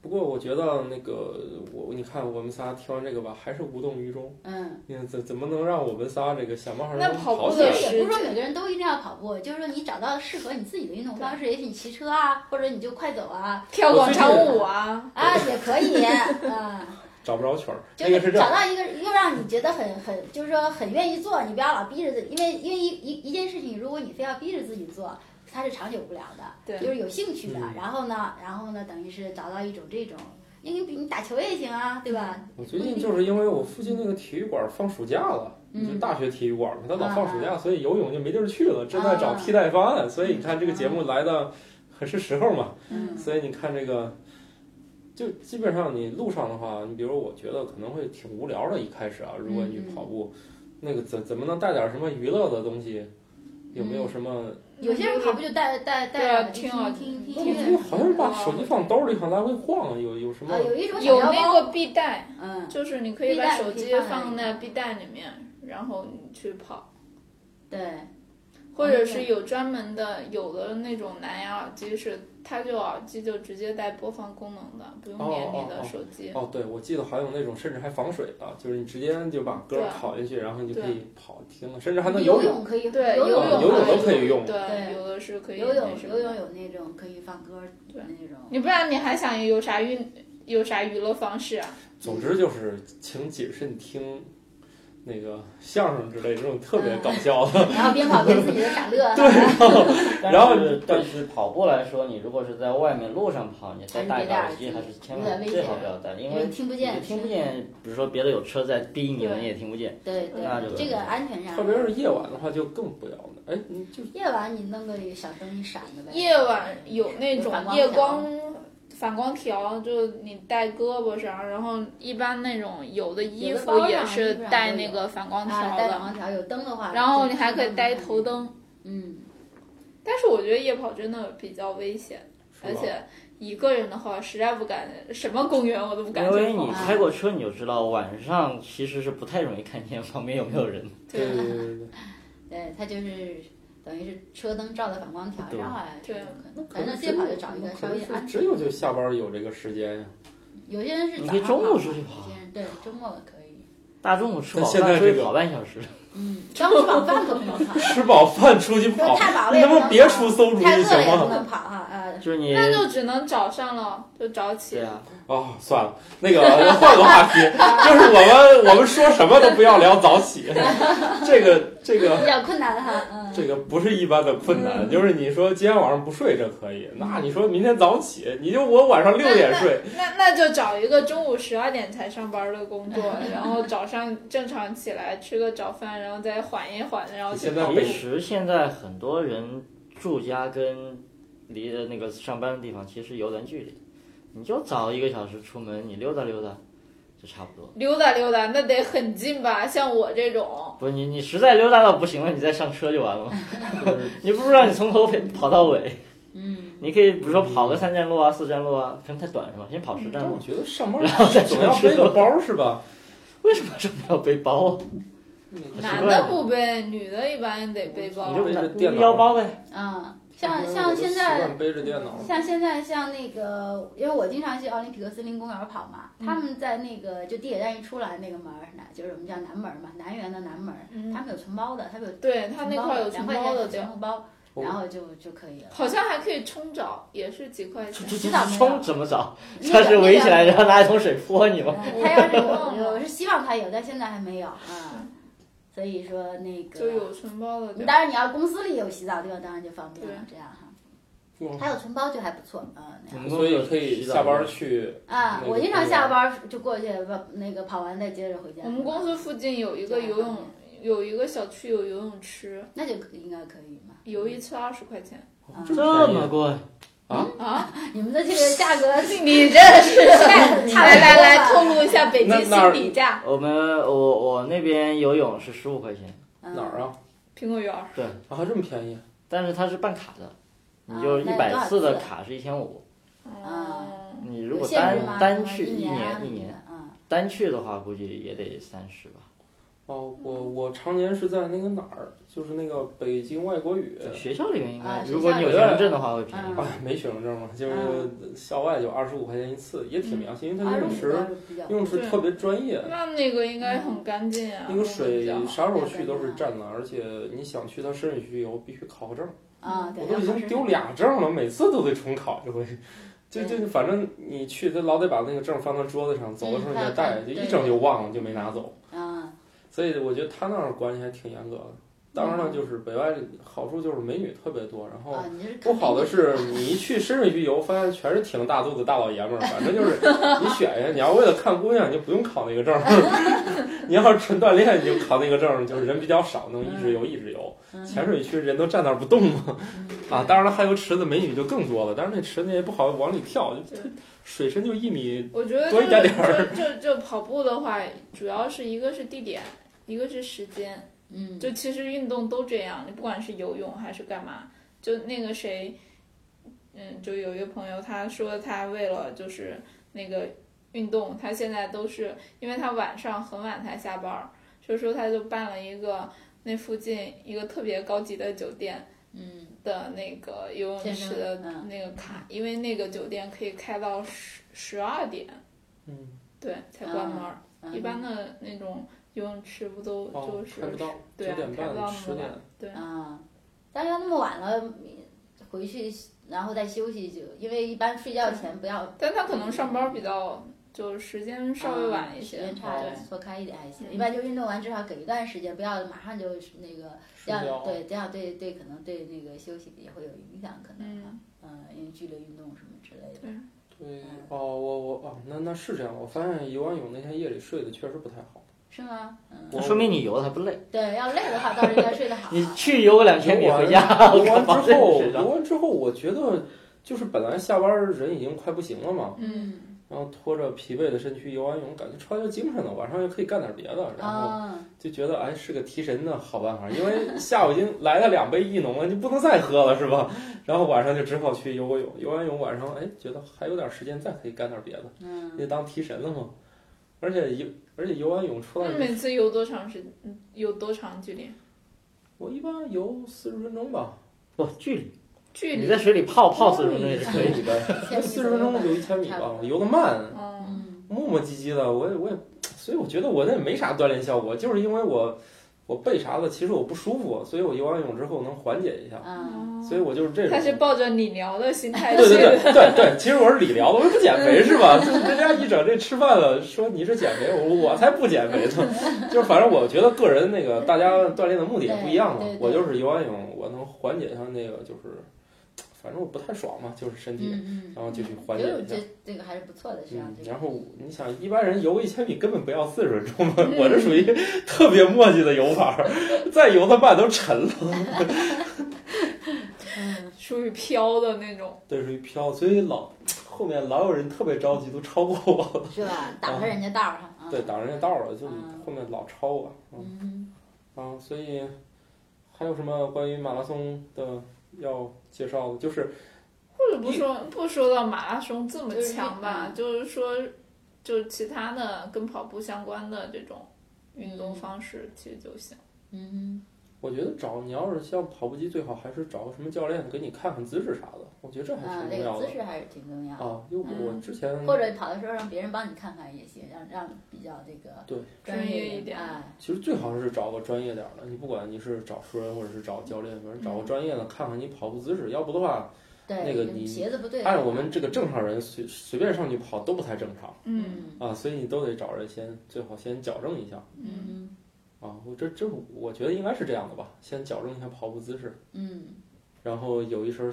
S9: 不过我觉得那个我，你看我们仨听完这个吧，还是无动于衷。
S11: 嗯。
S9: 你看怎怎么能让我们仨这个想办法
S8: 那
S9: 让
S8: 跑步
S9: 跑起
S8: 的
S9: 来？
S8: 时
S11: 也不是说每个人都一定要跑步，就是说你找到适合你自己的运动方式，也许你骑车啊，或者你就快走啊，
S8: 跳广场舞啊，
S11: 啊也可以，嗯，
S9: 找不着曲儿，
S11: 就
S9: 那个
S11: 是
S9: 是这样
S11: 找。到一个又让你觉得很很，就是说很愿意做，你不要老逼着自己，因为因为一一一件事情，如果你非要逼着自己做，它是长久不了的，
S8: 对
S11: 就是有兴趣的。
S9: 嗯
S11: 然后呢，然后呢，等于是找到一种这种，因为比你打球也行啊，对吧？
S9: 我最近就是因为我附近那个体育馆放暑假了，就
S11: 嗯
S9: 大学体育馆嘛，他老放暑假，
S11: 啊
S9: 所以游泳就没地儿去了，正在找
S11: 啊
S9: 替代方案。所以你看这个节目来的很是时候嘛。
S11: 嗯
S9: 所以你看这个，就基本上你路上的话，你比如我觉得可能会挺无聊的，一开始啊，如果
S11: 嗯
S9: 你去跑步，那个怎怎么能带点什么娱乐的东西？有
S11: 嗯
S9: 没有什么？
S11: 有些人跑步就带带带
S8: 对啊
S11: 耳机
S8: 听耳
S11: 听听
S9: 我
S11: 听
S9: 怎么
S11: 音乐
S9: 好像是把手机放兜里，好像来回晃，有有什么
S11: 啊，？有一种小
S8: 有
S11: 腰
S8: 那
S11: 包，
S8: 个臂带，
S11: 嗯，
S8: 就是你可以
S11: 臂
S8: 把
S11: 带
S8: 手
S11: 可以
S8: 机
S11: 放在
S8: 放
S11: 里
S8: 在
S11: 面
S8: 臂带里面，然后你去跑，
S11: 对，
S8: 或者是
S11: 对
S8: 有专门的，有的那种蓝牙耳机是它就耳机就直接带播放功能的，不用连你
S9: 哦哦
S8: 的
S9: 哦
S8: 手机。
S9: 哦，对，我记得还有那种甚至还防水的，就是你直接就把歌
S8: 对
S11: 啊
S9: 拷进去，然后你就可
S8: 对
S9: 以跑听了，甚至还能游
S11: 游
S9: 泳。
S11: 可以，
S8: 对，
S11: 游
S8: 泳
S9: 游泳
S8: 还
S9: 都
S8: 有
S9: 可以用
S8: 对，
S11: 对
S8: 有的是可以
S11: 游
S8: 那
S11: 泳
S8: 什么
S11: 游泳
S8: 的。
S11: 有那种可以放歌的
S8: 对
S11: 那种，
S8: 你不然你还想有啥运有啥娱乐方式啊？
S9: 总之就是，请谨慎听那个相声之类这种特
S11: 嗯
S9: 别搞笑的。
S11: 然后边跑边自己就傻乐，
S9: 然后
S10: 但是但是跑步来说，你如果是在外面路上跑，你再戴一个耳机还是千万最好不要戴，因
S11: 因
S10: 为
S11: 为听不
S10: 你
S11: 见，
S10: 听不，见，比如说别的有车在逼你，你也听不见。
S11: 对对
S10: 那就，
S11: 这个安全上，
S9: 特别是夜晚的话，就更不要了。哎，你就
S11: 夜晚你弄个小灯一闪的呗，
S8: 夜晚有那种
S11: 反光
S8: 夜
S11: 条
S8: 光反光条，就你戴胳膊上，然后一般那种有的衣
S11: 有的
S8: 服
S11: 包上
S8: 也
S11: 衣
S8: 是
S11: 服上
S8: 带
S11: 都
S8: 那
S11: 有
S8: 个反光
S11: 啊，
S8: 条
S11: 带
S8: 的，
S11: 反光条有灯的话，
S8: 然后你还可以戴头，灯。
S11: 嗯，
S8: 但是我觉得夜跑真的比较危险，而
S9: 是吧
S8: 且一个人的话实在不敢，什么公园我都不敢
S10: 因
S8: 去
S10: 为你
S8: 跑。
S10: 开过车，你就知道晚上其实是不太容易看见旁边有没有人。
S9: 对对 对对对，
S11: 对，它就是等于是车灯照在反光条上啊，
S8: 对
S11: 这种可能反正最好就找一个稍
S9: 可能
S11: 微
S9: 是
S11: 安
S9: 只
S11: 全。
S9: 有就下班有这个时间 呀。
S11: 有些人是
S10: 你
S11: 早
S10: 可以
S11: 上
S10: 周末
S11: 跑
S10: 出去
S11: 有
S10: 跑
S11: 些，人对周末可以，
S10: 大中午吃饱
S9: 但现在
S10: 饭出去
S9: 这个
S10: 跑半小时，
S11: 嗯，刚吃饱饭可 不能跑，
S9: 吃饱饭出去跑
S11: 说，太饱了
S9: 你
S11: 也
S9: 能
S11: 不
S9: 不
S11: 能
S9: 能别出馊主
S11: 太
S9: 意
S11: 饿了也不
S9: 行吗？
S11: 能跑哈啊，
S10: 就是你
S8: 那就只能早上了，就早起。
S10: 对啊，
S9: 啊，算了，那个换个 话题，就是我们我们说什么都不要聊早起， 这个这个
S11: 比较困难哈，嗯，
S9: 这个不是一般的困难，就是你说今天晚上不睡这可以，那你说明天早起，你就我晚上 六点 睡，
S8: 那那就找一个中午十二点才上班的工作，然后早上正常起来吃个早饭，然后再缓一缓，然后去
S9: 现在
S8: 跑步
S9: 北
S10: 其实现在很多人住家跟离的那个上班的地方其实有点距离，你就早一个小时出门，你溜达溜达就差不多。
S8: 溜达溜达，那得很近吧？像我这种，
S10: 不是你，你实在溜达到不行了，你再上车就完了。 你不如让你从头跑到尾。
S11: 嗯，
S10: 你可以比如说跑个三站路啊、四站路啊，可能太短是吧？先跑十站
S9: 但
S10: 路
S9: 我。
S11: 嗯
S9: 觉得上班
S10: 然后再
S9: 总要背个包是吧？
S10: 为什么这么要背包？啊奇
S8: 男
S10: 怪
S8: 的
S10: 了
S8: 不背，女的一般得背包
S10: 你。
S11: 哦
S10: 就
S9: 背着
S10: 拿
S9: 电脑
S10: 腰包呗。
S11: 啊，像
S9: 我
S11: 像
S9: 都
S11: 现
S9: 习
S11: 在
S9: 惯背着电脑，
S11: 像现在像那个，因为我经常去奥林匹克森林公园跑嘛，他
S8: 嗯
S11: 们在那个就地铁站一出来那个门儿，那就是我们叫南门儿嘛，南园的南门儿，
S8: 嗯
S11: 他们有存包的，他们有
S8: 对他那块有存
S11: 存
S8: 包的
S11: 的
S8: 掉，
S11: 存包，
S9: 哦
S11: 然后就就可 以了。
S8: 好像还可以冲澡，也是几块钱。
S11: 洗澡没
S10: 冲
S11: 有？
S10: 怎么找？
S11: 那个
S10: 他是围起来，然后拿一桶水泼你吗？
S11: 嗯他要是有，我是希望他有，但现在还没有啊。所以说那个
S8: 就有存包的
S11: 你
S8: 掉。
S11: 当然你要公司里有洗澡的地方，当然就方便了，这样哈。
S9: 哇
S11: 还有存包就还不错，嗯，那样。
S9: 所以可以下班去。
S11: 啊
S9: 那，个
S11: 我经常
S9: 公园
S11: 下班儿就过去，不那个跑完再接着回家。
S8: 我们公司附近有一个游泳，有一个小区有游泳池，
S11: 那就应该可以嘛。
S8: 游一次二十块钱。
S10: 这么贵？
S11: 嗯
S8: 啊
S11: 你们的这个价 格
S8: 你这是
S11: 差
S8: 来来来，
S11: 不
S8: 透
S11: 多吧
S8: 露一下北京
S9: 那那
S8: 心理价。
S10: 我们我我那边游泳是十五块钱，
S11: 嗯
S9: 哪儿啊？
S8: 苹果园儿，
S9: 啊，这么便宜？
S10: 但是它是办卡的，你
S11: 啊
S10: 就
S11: 那
S10: 一
S11: 多
S10: 百
S11: 少
S10: 次的
S11: 次
S10: 卡是一千五。
S11: 啊
S10: 你如
S11: 有
S10: 果
S11: 限
S10: 单
S11: 制吗？
S10: 单
S11: 什
S10: 去
S11: 么
S10: 一
S11: 年啊
S10: 年一年，，
S11: 嗯，
S10: 单去的话估计也得三十吧。
S9: 哦，我
S11: 嗯
S9: 我常年是在那个哪儿，就是那个北京外国语。
S10: 学校里面应该，
S11: 啊
S10: 如果你有学生证的话会便宜。
S11: 嗯
S9: 啊，没学生证嘛，就是校外就二十五块钱一次，也挺良心，因为它
S11: 嗯二
S9: 游
S11: 十
S9: 泳
S11: 五
S9: 池
S11: 个比较
S9: 游泳池
S8: 对
S9: 特别专业，
S8: 那那个应该很干净啊。
S9: 那个水
S8: 比较 好
S9: 啥时候去都是占的，而且你想去它深水区游，必须考个证。
S11: 啊，对，
S9: 我都已经丢
S11: 脸。
S9: 俩证了，每次都得重考一 回。就就反正你去，他老得把那个证放到桌子上，走的时候你再带，
S11: 嗯
S9: 就
S11: 对
S9: 一整就忘了，就没拿走。
S11: 嗯，
S9: 所以我觉得他那儿管理还挺严格的。当然了，就是北外好处就是美女特别多，然后
S11: 啊，你是
S9: 哦不好的是你一去深水区游，发现全是挺大肚子大老爷们儿，反正就是你选一下，你要为了看姑娘，你就不用考那个证儿； 你要是纯锻炼，你就考那个证儿，就是人比较少，能一直游一直游。浅水区人都站那儿不动嘛，啊，当然了，还有池子美女就更多了，但是那池子也不好往里跳，就 水深就一米，
S8: 我觉得
S9: 多
S8: 就
S9: 一点点儿
S8: 是就就就跑步的话，主要是一个是地点，一个是时间。
S11: 嗯，
S8: 就其实运动都这样，你不管是游泳还是干嘛，就那个谁，嗯，就有一个朋友他说他为了就是那个运动，他现在都是因为他晚上很晚才下班儿，所以说他就办了一个那附近一个特别高级的酒店。
S11: 嗯，
S8: 的那个游泳池的
S11: 健身嗯
S8: 那个卡，因为那个酒店可以开到十十二点，
S9: 嗯，
S8: 对，才关门儿。
S11: 嗯
S8: 一般的那种游泳池不都
S9: 哦
S8: 就，是、
S9: 看不到，九
S8: 对啊，
S9: 点
S8: 开不
S9: 半
S8: 到
S9: 十
S8: 那么
S9: 点
S8: 晚，，对，
S11: 啊，但是要那么晚了，回去然后再休息就，因为一般睡觉前不要
S8: 但他可能上班比较就是时间稍微晚一
S11: 啊时
S8: 些，
S11: 间差
S8: 对，
S11: 错开一点还行。
S8: 嗯
S11: 一般就运动完至少给一段时间，不要马上就那个，这
S9: 睡
S11: 样
S9: 觉。
S11: 对这样对对可能对那个休息也会有影响，可能啊，嗯，因为剧烈运动什么之类的。
S9: 对，哦，我我哦，那那是这样，我发现游完泳那天夜里睡得确实不太好。
S11: 是吗？嗯，
S9: 我
S10: 说明你游的还不累。
S11: 对，要累的话，到时候应该睡得好。啊
S10: 你去游个两千米回家，
S9: 游
S10: 我靠
S9: 完之后，
S10: 真是的
S9: 游完之后，我觉得就是本来下班儿人已经快不行了嘛，
S8: 嗯，
S11: 嗯
S9: 然后拖着疲惫的身躯游完泳，感觉超级精神了，晚上又可以干点别的，然后
S11: 啊，
S9: 就觉得哎是个提神的好办法，因为下午已经来了两杯益农了，你不能再喝了是 吧？然后晚上就只好去游个泳，游完泳晚上哎觉得还有点时间，再可以干点别的，
S11: 嗯
S9: 也当提神了嘛。而且游而且游完泳出来
S11: 嗯
S8: 那每次游多长时，嗯有多长距离？
S9: 我一般游四十分钟吧，
S10: 不距离，
S8: 距
S10: 你
S8: 离
S10: 在，水里泡泡四十分钟也是可以。
S9: 以的。
S11: 哦千米
S9: 四
S11: 左
S9: 十
S11: 右
S9: 分钟
S11: 吧
S9: 游一千米
S11: 差
S9: 吧
S11: 不，多
S9: 游的慢，
S8: 嗯，
S11: 嗯
S9: 磨磨唧唧的。我也我也，所以我觉得我那没啥锻炼效果，就是因为我我背啥的，其实我不舒服，所以我游完泳之后能缓解一下，
S11: 啊，
S9: 所以我就是这种
S8: 哦他。是抱着理疗的心态
S9: 对
S8: 去
S9: 对
S8: 的，
S9: 对对对，其实我是理疗的，我说不减肥是吧？ 就是人家一整这吃饭了，说你是减肥，我我才不减肥 呢。就是反正我觉得个人那个大家锻炼的目的也不一样嘛
S11: 对对。对
S9: 我就是游完泳，我能缓解一下那个就是，反正我不太爽嘛，就是身体，
S11: 嗯
S9: 然后就去
S11: 嗯，
S9: 缓解
S11: 游泳
S9: 一下
S11: 这。这个还是不错的，实际上
S9: 嗯
S11: 这，个
S9: 然后你想，一般人游一千米根本不要四十分钟 嘛，我这属于特别墨迹的游法儿，再游的慢都沉了，
S8: 属于飘的那种。
S9: 对，属于飘，所以老后面老有人特别着急，都超过我了，
S11: 是吧？挡着人家道儿上啊。
S9: 嗯 对，挡人家道儿了，就
S11: 嗯
S9: 后面老超我，嗯
S11: 嗯，
S9: 啊，所以还有什么关于马拉松的要介绍的？就是
S8: 或者不说不说到马拉松这么强吧，
S11: 嗯
S8: 就是说，就是其他的跟跑步相关的这种运动方式其实就行。
S11: 嗯
S9: 我觉得找你要是像跑步机，最好还是找个什么教练给你看看姿势啥的，我觉得这
S11: 哼，啊
S9: 嗯还，挺重
S11: 这个
S9: 要的
S11: 姿势还是挺重要的。
S9: 啊，因为我
S11: 嗯
S9: 之前
S11: 或者跑的时候让别人帮你看看也行，让让比较这个
S9: 对
S11: 专
S8: 专
S11: 业
S8: 业一点
S11: 哎，
S9: 其实最好是找个专业点儿的，你不管你是找熟人或者是找教练，反正
S8: 嗯
S9: 找个专业的看看你跑步姿势，要不的话，
S11: 对，
S9: 那个
S11: 你
S9: 你
S11: 鞋子不对，
S9: 按我们这个正常人随随便上去跑都不太正常
S8: 嗯
S11: 嗯
S9: 啊，所以你都得找人先最好先矫正一下
S11: 嗯
S9: 啊，我这这我觉得应该是这样的吧，先矫正一下跑步姿势，
S11: 嗯，
S9: 然后有一身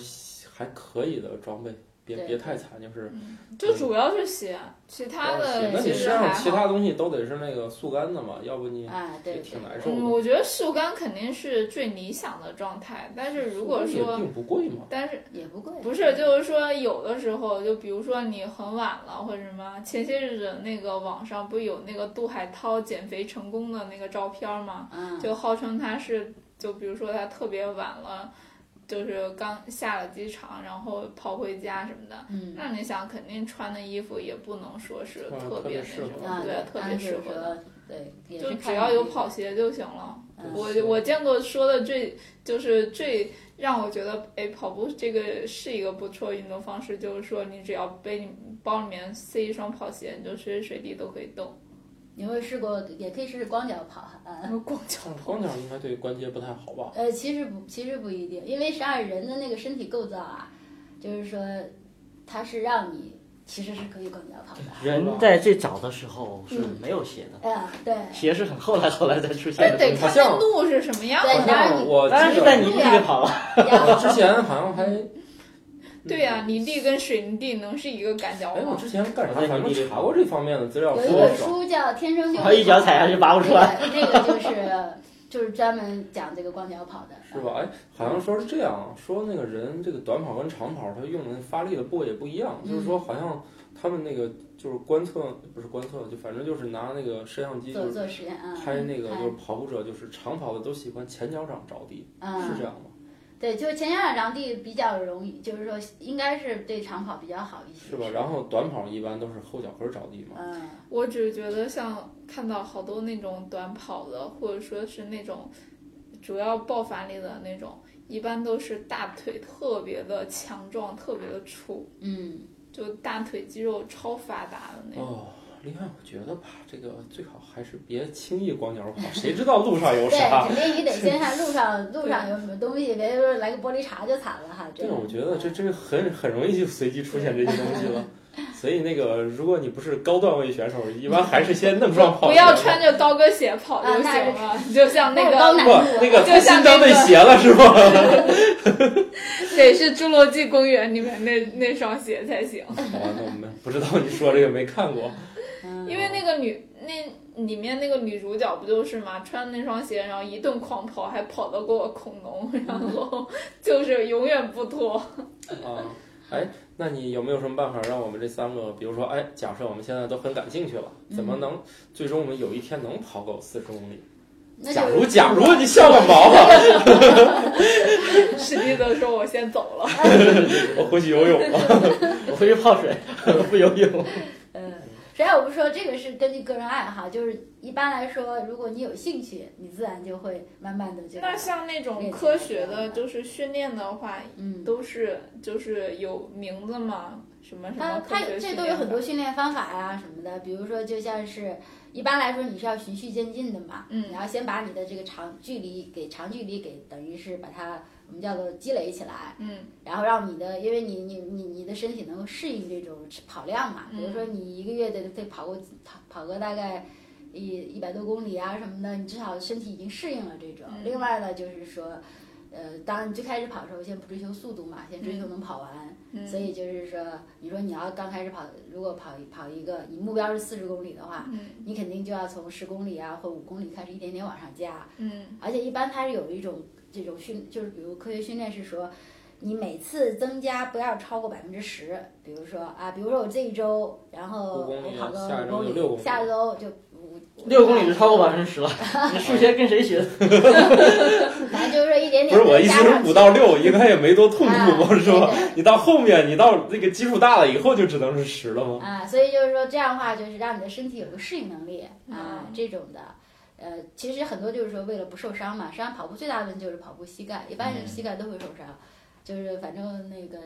S9: 还可以的装备，别
S11: 对
S9: 别太惨，就是
S8: 嗯
S9: 呃
S8: 就主要是鞋，其他的
S9: 哦那
S8: 其
S9: 你身
S8: 实还
S9: 上
S8: 好。啊
S9: 其他东西都得是那个速干的嘛，要不你
S11: 哎，
S9: 嗯也
S11: 对
S9: 挺
S11: 对，
S9: 难受
S8: 嗯，
S9: 的。
S8: 我觉得速干肯定是最理想的状态，但是如果
S9: 也
S8: 说，
S9: 并不贵嘛，
S8: 但是
S11: 也不贵，
S8: 不是，就是说有的时候，就比如说你很晚了或者什么，前些日子那个网上不有那个杜海涛减肥成功的那个照片吗？
S11: 嗯，
S8: 就号称他是，就比如说他特别晚了，就是刚下了机场，然后跑回家什么的。
S11: 嗯
S8: 那你想，肯定穿的衣服也不能说是
S9: 嗯
S8: 特
S9: 特别
S8: 别
S9: 适
S8: 那
S9: 合
S8: 什
S11: 啊
S8: 么，对，特别适合
S11: 合
S8: 的，
S11: 的，对，也
S8: 就是只
S11: 看
S8: 要
S11: 你
S8: 有跑鞋就行了。
S11: 嗯
S8: 我我见过说的最就是最让我觉得，哎，跑步这个是一个不错运动方式，就是说你只要背你包里面塞一双跑鞋，你就随时随地都可以动。
S11: 你有没有试过，也可以试试光脚跑啊。
S8: 然后光脚
S9: 但是
S8: 跑
S9: 光，脚应该对关节不太好吧？
S11: 呃，其实不，其实不一定，因为实际上人的那个身体构造啊，就是说，它是让你其实是可以更加胖的。
S10: 人在最早的时候是没有鞋的，
S11: 嗯，对。
S10: 鞋是很后来后来才出现
S8: 那得
S9: 哎
S10: 的。
S9: 好
S8: 看
S9: 像
S8: 那路是什么样
S11: 对
S9: 好
S8: 的。
S9: 像我
S10: 当然
S9: 记
S10: 是
S9: 得
S10: 在泥地里跑了，
S11: 然
S9: 我
S11: 后
S9: 之前好像还，
S8: 对呀、泥地跟水泥地能是一个感觉
S9: 哎，我
S8: 吗？
S9: 之前干啥？咱们查过这方面的资料，
S11: 有
S9: 说啊
S11: 一本
S9: 少。
S11: 书叫《天生就
S10: 然后一脚踩下去拔不出来。
S11: 对，那个就是就是专门讲这个光脚跑的，
S9: 是吧？哎，好像说是这样啊，说那个人这个短跑跟长跑，他用的发力的部位也不一样，就是说好像他们那个就是观测，不是观测，就反正就是拿那个摄像机就
S11: 做
S9: 是
S11: 做实验啊，
S9: 拍那个
S11: 拍
S9: 就是跑步者，就是长跑的都喜欢前脚掌着地，是这
S11: 嗯，
S9: 样吗？
S11: 对，就是前脚掌着地比较容易，就是说应该是对长跑比较好一些，
S9: 是吧？然后短跑一般都是后脚跟着地嘛，
S11: 嗯，
S8: 我只是觉得像看到好多那种短跑的，或者说是那种主要爆发力的那种，一般都是大腿特别的强壮，特别的粗，
S11: 嗯，
S8: 就大腿肌肉超发达的那种。
S9: 哦。另外，我觉得吧，这个最好还是别轻易光脚跑， 谁知道路上有
S11: 对，
S9: 啥？
S11: 肯定你得先看 路上路上有什么东西，别说来个玻璃碴就惨了哈。
S9: 对，我觉得这这很很容易就随机出现这些东西了。 所以那个，如果你不是高段位选手，一般还是先弄双跑。
S8: 不要穿着高跟鞋跑就行了， 就像那
S11: 那啊是高
S8: 个
S11: 难
S9: 不那个
S8: 就像
S9: 新当那鞋了是吧？
S8: 得是《侏罗纪公园》里面那那双鞋才行，
S9: 完哦了，我们不知道你说这个没看过。
S11: 嗯
S8: 因为那个女那里面那个女主角不就是嘛，穿那双鞋然后一顿狂跑，还跑得过恐龙，然后 就是永远不脱。
S9: 啊，哎，那你有没有什么办法让我们这三个，比如说，哎，假设我们现在都很感兴趣了，怎么能最终我们有一天能跑够四十公里？
S11: 那
S9: 假
S11: 就
S9: 如，假如你笑个毛啊！
S8: 史蒂德说：“我先走 了。
S9: 我回去游泳了。
S10: 我回去泡水，我不游泳。
S11: 嗯，虽然我不说这个是根据个人爱好，就是一般来说，如果你有兴趣，你自然就会慢慢的”就
S8: 那像那种科学的，就是训练的话，
S11: 嗯，
S8: 都是就是有名字嘛，什么什
S11: 它
S8: 么科
S11: 啊它
S8: 学
S11: 这
S8: 训练
S11: 都有很多
S8: 法，
S11: 训练方法呀、什么的，比如说就像是一般来说你是要循序渐进的嘛，
S8: 嗯
S11: 你要先把你的这个长距离给长距离给等于是把它我们叫做积累起来，
S8: 嗯，
S11: 然后让你的，因为你你你你的身体能够适应这种跑量嘛，
S8: 嗯
S11: 比如说你一个月得得跑过跑跑个大概一一百多公里啊什么的，你至少身体已经适应了这种。
S8: 嗯
S11: 另外呢，就是说，呃，当然你最开始跑的时候，先不追求速度嘛，先追求能跑完。
S8: 嗯
S11: 所以就是说，你说你要刚开始跑，如果跑跑一个，你目标是四十公里的话，
S8: 嗯
S11: 你肯定就要从十公里啊或五公里开始一点点往上加。
S8: 嗯
S11: 而且一般它是有一种这种训，就是比如科学训练是说，你每次增加不要超过百分之十。比如说啊，比如说我这一周，然后
S9: 五公
S11: 我
S9: 里
S11: 跑
S9: 下
S11: 个
S9: 一
S11: 五
S9: 周
S11: 公
S9: 就
S11: 里，
S9: 六公里
S11: 下周就五
S10: 六公里就超过百分之 十了，你数学跟谁学的？
S11: 反正就是说一点
S9: 不
S11: 点
S9: 是我
S11: 地
S9: 意
S11: 加
S9: 思
S11: 上去。
S9: 是五到六，应该也没多痛苦吧，
S11: 啊
S9: 是吧
S11: 对对？
S9: 你到后面，你到那个基数大了以后，就只能是十了吗？
S11: 啊，所以就是说这样的话，就是让你的身体有个适应能力啊，
S8: 嗯
S11: 这种的。呃，其实很多就是说为了不受伤嘛，实际上跑步最大的问题就是跑步膝盖，一般人膝盖都会受伤，就是反正那个，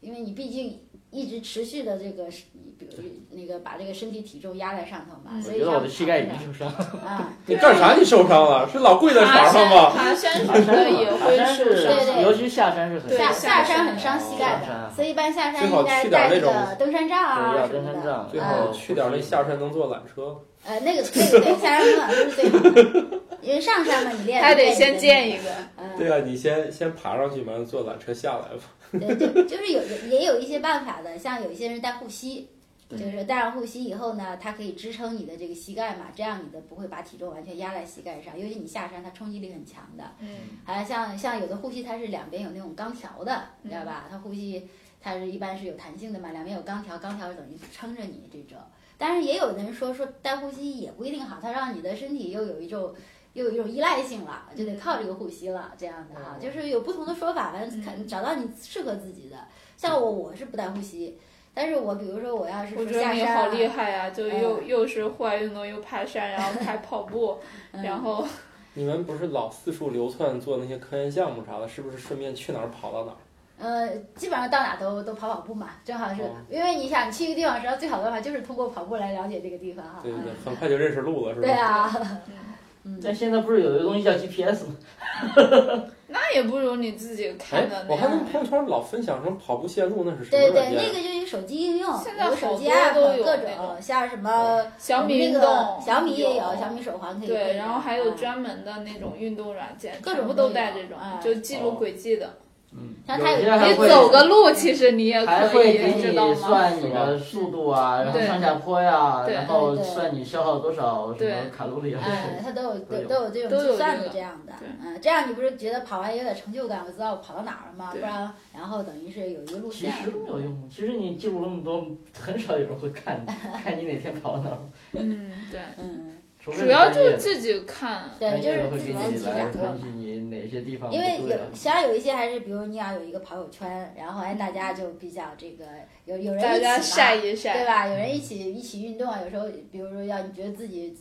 S11: 因为你毕竟一直持续的这个是，比如那个把这个身体体重压在上头嘛，
S8: 嗯
S10: 我
S11: 所以
S10: 觉得我的膝盖已经
S11: 是
S10: 受伤了。
S11: 啊，
S9: 你干啥？你受伤了？是老跪在床上吗？
S8: 爬山爬山什么的也
S10: 爬
S8: 会
S10: 山
S8: 受
S10: 是
S8: 伤。
S11: 对对
S10: 尤其下山是很
S8: 对
S11: 下
S8: 下
S11: 山
S8: 山
S11: 很伤膝盖
S10: 下山
S11: 的
S10: 啊，
S11: 所以一般下山
S9: 最好
S11: 应该
S9: 去点儿
S11: 带
S9: 那
S11: 这
S9: 种
S11: 个登山杖
S10: 对
S11: 啊
S10: 要
S11: 什
S10: 登
S11: 么
S10: 山
S11: 的，
S10: 杖
S9: 最
S11: 啊
S9: 好去点那下山能坐缆车。
S11: 呃，那个那个对下山温暖是最好的，因为上山嘛，你练
S8: 还得先建一
S11: 个。
S8: 个，
S11: 嗯
S9: 对啊，你先先爬上去嘛，坐缆车下来吧。
S11: 对，就就是有有也有一些办法的，像有些人戴护膝，就是戴上护膝以后呢，它可以支撑你的这个膝盖嘛，这样你的不会把体重完全压在膝盖上，尤其你下山，它冲击力很强的。
S8: 嗯，
S11: 还有像像有的护膝它是两边有那种钢条的，你知道吧？它护膝它是一般是有弹性的嘛，两边有钢条，钢条等于撑着你这种。但是也有人说说戴护膝也不一定好，它让你的身体又有一种又有一种依赖性了，就得靠这个护膝了，这样的
S8: 嗯
S11: 哈，就是有不同的说法，反正看找到你适合自己的。像我我是不戴护膝，但是我比如说我要是
S8: 我
S11: 说
S8: 觉得
S11: 下
S8: 你
S11: 山啊、
S8: 好厉害呀、就又、又是户外运动，又爬山，然后还跑步，
S11: 嗯
S8: 然后
S9: 你们不是老四处流窜做那些科研项目啥的，是不是顺便去哪儿跑到哪儿？
S11: 呃，基本上到哪都都跑跑步嘛，正好是、
S9: 哦
S11: 因为你想去一个地方，实际上最好的办法就是通过跑步来了解这个地方哈。嗯啊
S9: 对对对，很快就认识路了，是吧？
S11: 对啊，
S8: 嗯
S9: 嗯
S10: 但现在不是有一个东西叫 GPS 吗？
S8: 那也不如你自己
S9: 哎
S8: 看的，那
S9: 我看他
S8: 样
S9: 们。朋友圈老分享什么跑步线路，那是什么
S11: 对
S9: 软件？
S11: 对，
S9: 啊
S11: 那个就是手机应用，
S8: 现在
S11: 有
S8: 好
S11: 手机
S8: 多
S11: app
S8: 都有
S11: 各
S8: 那
S11: 种，
S8: 种
S11: 像什么
S8: 小米
S11: 那
S8: 运
S11: 个
S8: 动，
S11: 小米也
S8: 有，
S11: 小米手环可以配
S8: 对，
S11: 的
S8: 然后还
S11: 啊
S8: 有专门的那种运动软件，
S11: 各
S8: 全部
S11: 种
S8: 都
S11: 都
S8: 带
S11: 有
S8: 这种
S11: 哎，
S8: 就记录轨迹的。
S11: 像它有
S10: 嗯有
S11: 一
S10: 些哦还
S8: 你
S10: 会
S11: 个
S8: 走个路，其实你也
S10: 还
S8: 可
S10: 会给
S8: 以，知道
S10: 你
S8: 吗？
S10: 算你的速度啊，然后上下坡呀、
S8: 对
S10: 然后
S11: 对对
S10: 算你消耗多少什
S8: 对嗯
S10: 么卡路里啊。
S11: 哎，它都有
S10: 都有
S11: 都有这种
S8: 都有
S11: 计算
S8: 这
S11: 的
S8: 个
S11: 这样的
S8: 对，
S11: 嗯，这样你不是觉得跑完有点成就感，我知道我跑到哪儿了吗？不
S8: 对
S11: 然，然后等于是有一个路
S10: 其
S8: 嗯
S11: 线，
S10: 实没有用，其实你记录那么多，很少有人 会看，看你哪天跑到哪儿，
S8: 嗯，对，
S11: 嗯，
S10: 除非
S8: 主要
S10: 专
S8: 就
S10: 业
S8: 是自己看。
S11: 对，就
S10: 专业
S11: 是
S10: 的会
S11: 自
S10: 给
S11: 己
S10: 你
S11: 自己
S10: 来
S11: 掌握
S10: 分析你哪些地方不
S11: 因为
S10: 对啊。
S11: 有，实际上有一些还是，比如你要有一个跑友圈，然后哎，大家就比较这个有有人
S8: 大
S11: 一起
S8: 家
S11: 嘛，
S8: 晒一
S11: 对
S8: 晒，
S11: 吧？
S9: 嗯
S11: 有人一起一起运动啊，有时候比如说要你觉得自己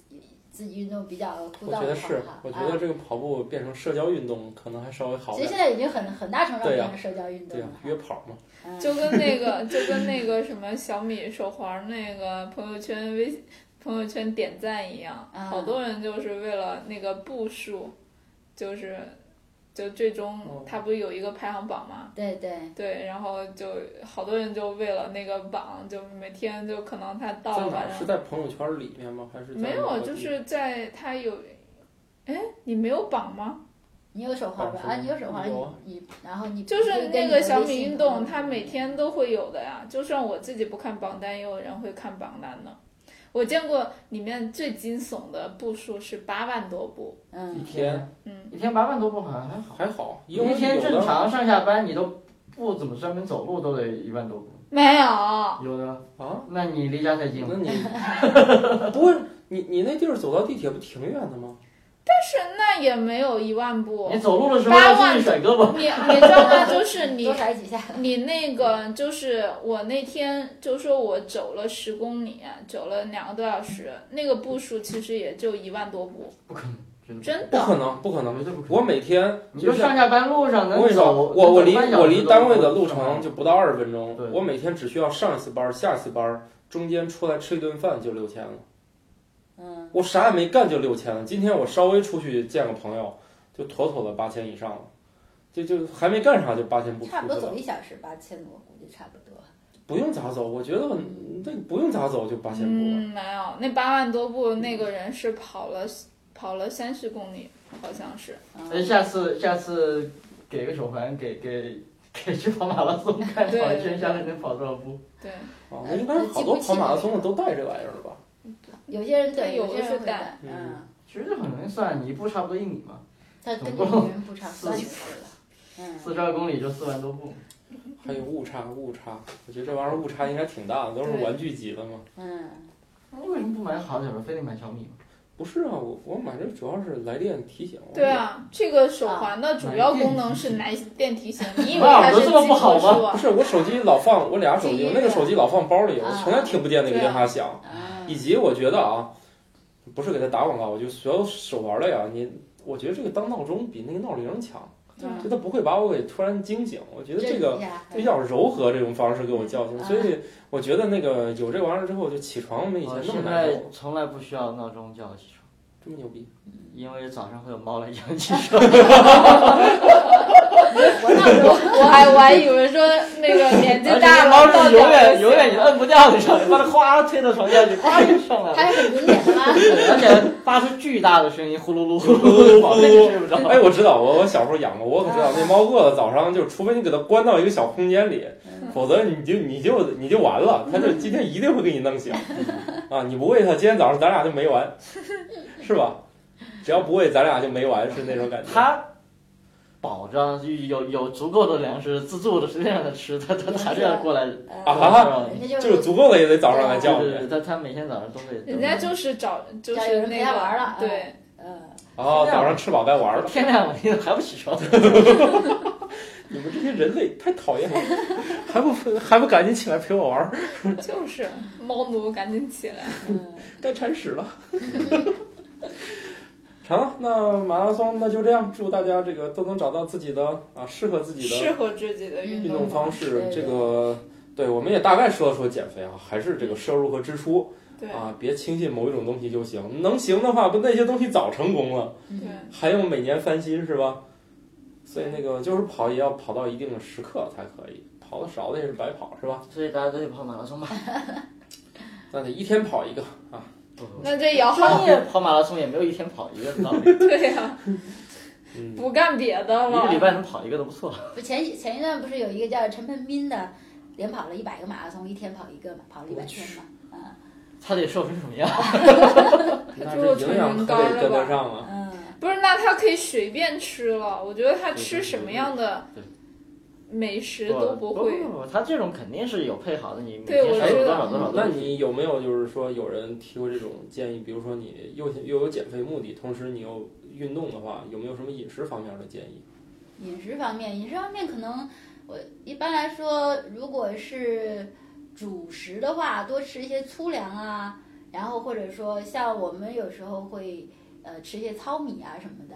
S11: 自己运动比较枯
S9: 我
S11: 燥
S9: 觉
S11: 的
S9: 得
S11: 话
S9: 是，
S11: 啊，
S9: 我觉得这个跑步变成社交运动，可能还稍微好
S11: 其实
S9: 点
S11: 现。在已经很很大程度上
S9: 对
S11: 变
S9: 呀
S11: 成社交运动
S9: 对呀
S11: 了，，
S9: 约跑嘛，
S11: 嗯
S8: 就跟那个就跟那个什么小米手环那个朋友圈微朋友圈点赞一样，
S11: 啊
S8: 好多人就是为了那个步数，就是就最
S9: 哦
S8: 终它不是有一个排行榜吗？
S11: 对对，
S8: 对，然后就好多人就为了那个榜，就每天就可能他
S11: 哦
S8: 到
S9: 在
S8: 了
S9: 哪
S8: 晚
S9: 儿？是
S11: 啊
S8: 上，
S9: 在朋友圈里面吗？还是在
S8: 没有，
S9: 某个
S8: 就
S9: 地
S8: 是在他有，哎，你没有榜吗？
S11: 你有手环吧？
S9: 哦是
S11: 啊，你有手环，
S9: 有啊
S11: 你你然后你
S8: 就是
S11: 跟
S8: 那
S11: 你
S8: 个
S11: 的
S8: 小
S11: 微
S8: 米
S11: 信
S8: 运
S11: 朋
S8: 动，
S11: 友
S8: 它每天都会有的呀。就算我自己不看榜单，也有人会看榜单的。我见过里面最惊悚的步数是八万多步，
S10: 一
S11: 嗯，
S10: 天，
S8: 嗯，
S10: 一天八万多步好像还好，
S9: 还好，因为
S10: 一天
S9: 有的
S10: 正常上下班你都不怎么专门走路都得一万多步，
S8: 没有，
S10: 有的。
S9: 啊，
S10: 那你离家太近
S9: 那你
S10: 了，
S9: 不是你你那地儿走到地铁不挺远的吗？
S8: 但是那也没有一万步。
S10: 你走路的时候
S8: 八
S10: 要
S8: 万
S10: 注意甩胳膊。
S8: 你你知道 吗？ 就是你
S11: 多甩几下，
S8: 你那个就是我那天就说我走了十公里，走了两个多小时，那个步数其实也就一万多步，
S10: 不可能，真
S8: 真
S10: 的
S9: 不可
S8: 的。
S9: 能，不可能
S10: 绝对不可！能
S9: 我每天
S10: 你
S9: 就
S10: 就是上下班路上
S9: 我跟
S10: 能
S9: 你说，
S10: 走，
S9: 我我离
S10: 能走半小时
S9: 我离
S10: 都
S9: 单位的
S10: 不
S9: 路
S10: 上班
S9: 程就不到二十分
S10: 对
S9: 钟，我每天只需要上一次班儿、下一次班儿，中间出来吃一顿饭就六千了。
S11: 嗯，
S9: 我啥也没干就六千了，今天我稍微出去见个朋友，就妥妥的八千以上了，就就还没干啥就八千不出
S11: 差不多
S9: 去了
S11: 走，一小时吧，千我估计差不多。
S9: 不用咋走，我觉得我那不用咋走就八千多了。
S8: 嗯，没有，那八万多步那个人是跑了
S10: 嗯
S8: 跑了三十公里，好像是。
S11: 嗯
S10: 哎，下次下次给个手环，给给给去跑马拉松看
S8: 对
S10: 跑一圈下来能跑多少步。
S8: 对，
S9: 啊，应该是好多跑马拉松的都带这玩意儿了吧？
S11: 有些人对，
S8: 对有
S11: 些
S8: 的
S11: 人
S8: 是带
S11: 会带，嗯，
S10: 其实这很容易算，你一步差不多一米嘛，
S11: 它跟这
S10: 总
S11: 个
S10: 共
S11: 人不差
S10: 四
S11: 三
S10: 十
S11: 十岁了，嗯，
S10: 四十二公里就四万多步。
S9: 还有误差，误差，我觉得这玩意儿误差应该挺大的，都是
S8: 对
S9: 玩具级的嘛。
S11: 嗯，
S10: 那为什么不买好点儿的，非得买小米嘛？
S9: 不是啊，我我买这主要是来电提醒。
S8: 对，啊，这个手环的主要功能
S10: 啊
S8: 是来电提 醒，你以为
S10: 哇
S8: 它是
S10: 有这么
S8: 记
S10: 不好
S8: 格
S10: 吗
S8: 数
S9: 不
S8: 啊？
S9: 是我手机老放，我俩手
S11: 记忆
S9: 机，
S11: 力
S9: 那个手机老放包里，我
S11: 啊
S9: 从来听不见那个
S8: 对啊
S9: 电话响。
S11: 啊
S9: 以及我觉得啊，不是给他打广告，我就所有手玩类啊，你我觉得这个当闹钟比那个闹铃强，
S11: 嗯
S9: 就它不会把我给突然惊醒。我觉得这个
S11: 一下
S9: 比较柔和这种方式给我叫醒，
S11: 嗯
S9: 所以我觉得那个有这玩意儿之后，就起床没以前
S10: 我
S9: 那么
S10: 呃
S9: 难
S10: 哦现
S9: 受
S10: 在
S9: 了，
S10: 从来不需要闹钟叫我起床，
S9: 这么牛逼。
S10: 因为早上会有猫来叫起床。
S11: 哎
S8: 我那时候我还我还以为说那 个年纪
S10: 而且
S8: 大
S10: 那
S8: 了
S10: 猫
S8: 到
S10: 是永
S8: 点儿
S10: 远
S8: 就
S10: 永远你摁不掉，你知道吗？把它哗推到床下去，哗就上来
S11: 它
S10: 了，
S11: 是很敏感的 吗？
S10: 而且发出巨大的声音，呼噜噜呼噜噜，保证你睡不着。
S9: 哎，我知道，我我小时候养过，我可知
S11: 嗯
S9: 道那猫饿了，早上就除非你给它关到一个小空间里，
S11: 嗯
S9: 否则你就你就你就完了，它就今天一定会给你弄醒
S11: 嗯
S9: 啊！你不喂它，今天早上咱俩就没 完，是吧？只要不喂，咱俩就没完，是那种感觉。
S10: 它保障有有足够的粮食自助的，随便让它吃，它它还是要过来。
S9: 啊
S10: 哈
S11: 嗯人家
S9: 就是足够了也得早上来叫
S10: 对
S9: 你
S10: 对对，它它每天早上都会。
S8: 人家就是找就
S11: 找有
S8: 是
S11: 人陪
S8: 那
S11: 他
S8: 个
S11: 玩了 啊
S8: 对，
S11: 嗯，
S9: 啊！早上吃饱该玩了，
S10: 天亮了，你怎么还不起床？
S9: 你们这些人类太讨厌了， 还不还不赶紧起来陪我玩儿，
S10: 嗯
S8: 就是猫奴赶紧起来。
S11: 嗯
S9: 该铲屎了。
S8: 嗯
S9: 成，那马拉松那就这样，祝大家这个都能找到自己的啊适合自己 的
S8: 适合自己的运
S9: 运
S8: 动
S9: 动
S8: 方
S9: 方
S8: 式。
S9: 式，这个对，我们也大概说了说减肥啊，还是这个摄入和支出
S10: 嗯
S8: 对
S9: 啊，别轻信某一种东西就行，能行的话，不那些东西早成功了，
S8: 对
S11: 嗯，
S9: 还用每年翻新是吧？所以那个就是跑也要跑到一定的时刻才可以，跑的少的也是白跑，是吧？
S10: 所以大家都得跑马拉松 吧。
S9: 那得一天 跑一个啊，
S10: 不不不
S8: 那这也要
S10: 专业跑马拉松也没有一天跑一个的道理，
S8: 对呀、
S9: 嗯，
S8: 不干别的
S10: 一个
S8: 了
S10: 礼。拜能跑一个都不错。
S11: 不前几前一段不是有一个叫陈鹏斌的，连跑了一百个马拉松，一天跑一个嘛，跑了一百天嘛。
S10: 他得瘦成什么样？
S9: 那这营养可得跟得上啊。
S11: 嗯，
S8: 不是，那他可以随便吃了。我觉得他吃什么样的
S10: 对
S8: 美食都不
S10: 不
S8: 会。
S10: 不不，他这种肯定是有配好的，你每
S8: 对
S10: 天
S8: 我
S10: 摄入
S8: 知
S10: 多
S8: 道
S10: 少多少
S9: 那
S10: 多少。
S9: 你有没有就是说有人提过这种建议？比如说你又又有减肥目的，同时你又运动的话，有没有什么饮食方面的建议？
S11: 饮食方面，饮食方面可能我一般来说，如果是主食的话，多吃一些粗粮啊，然后或者说像我们有时候会呃吃一些糙米啊什么的，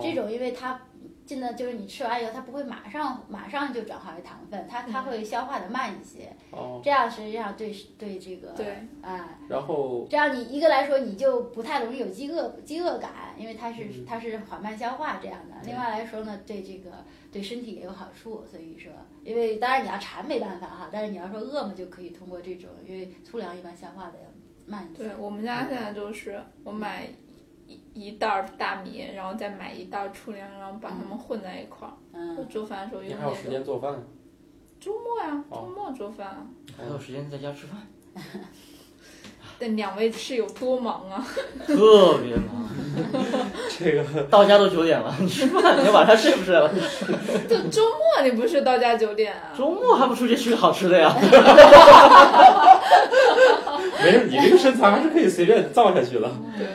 S8: 嗯
S11: 这种因为它真的就是你吃完以后，它不会马上马上就转化为糖分，它它
S8: 嗯
S11: 会消化的慢一些，
S9: 哦，
S11: 这样实际上对对这个
S8: 对，
S11: 啊。
S9: 然后
S11: 这样你一个来说，你就不太容易有饥饿饥饿感，因为它是
S9: 嗯
S11: 它是缓慢消化这样的。另外来说呢，对这个对身体也有好处，所以说，因为当然你要馋没办法哈，但是你要说饿嘛，就可以通过这种，因为粗粮一般消化的要慢一些
S8: 对。我们家现在就是我买一一袋儿大米，然后再买一袋儿粗粮，然后把它们混在一块儿。我
S11: 嗯，
S8: 做饭的时候
S9: 你
S8: 用
S9: 还有时
S8: 那个。
S9: 间做 饭，
S8: 周末呀、
S9: 哦
S8: 周末做饭、啊。
S10: 还有时间在 家吃饭，
S8: 但两位是有多忙啊？
S10: 特别忙，
S9: 这个
S10: 到家都九点了，你吃饭，你晚上睡不睡了？
S8: 这周末你不是到家九点啊？
S10: 周末还不出去吃个好吃的呀？
S9: 没事，你这个身材还是可以随便造下去的。
S8: 嗯对。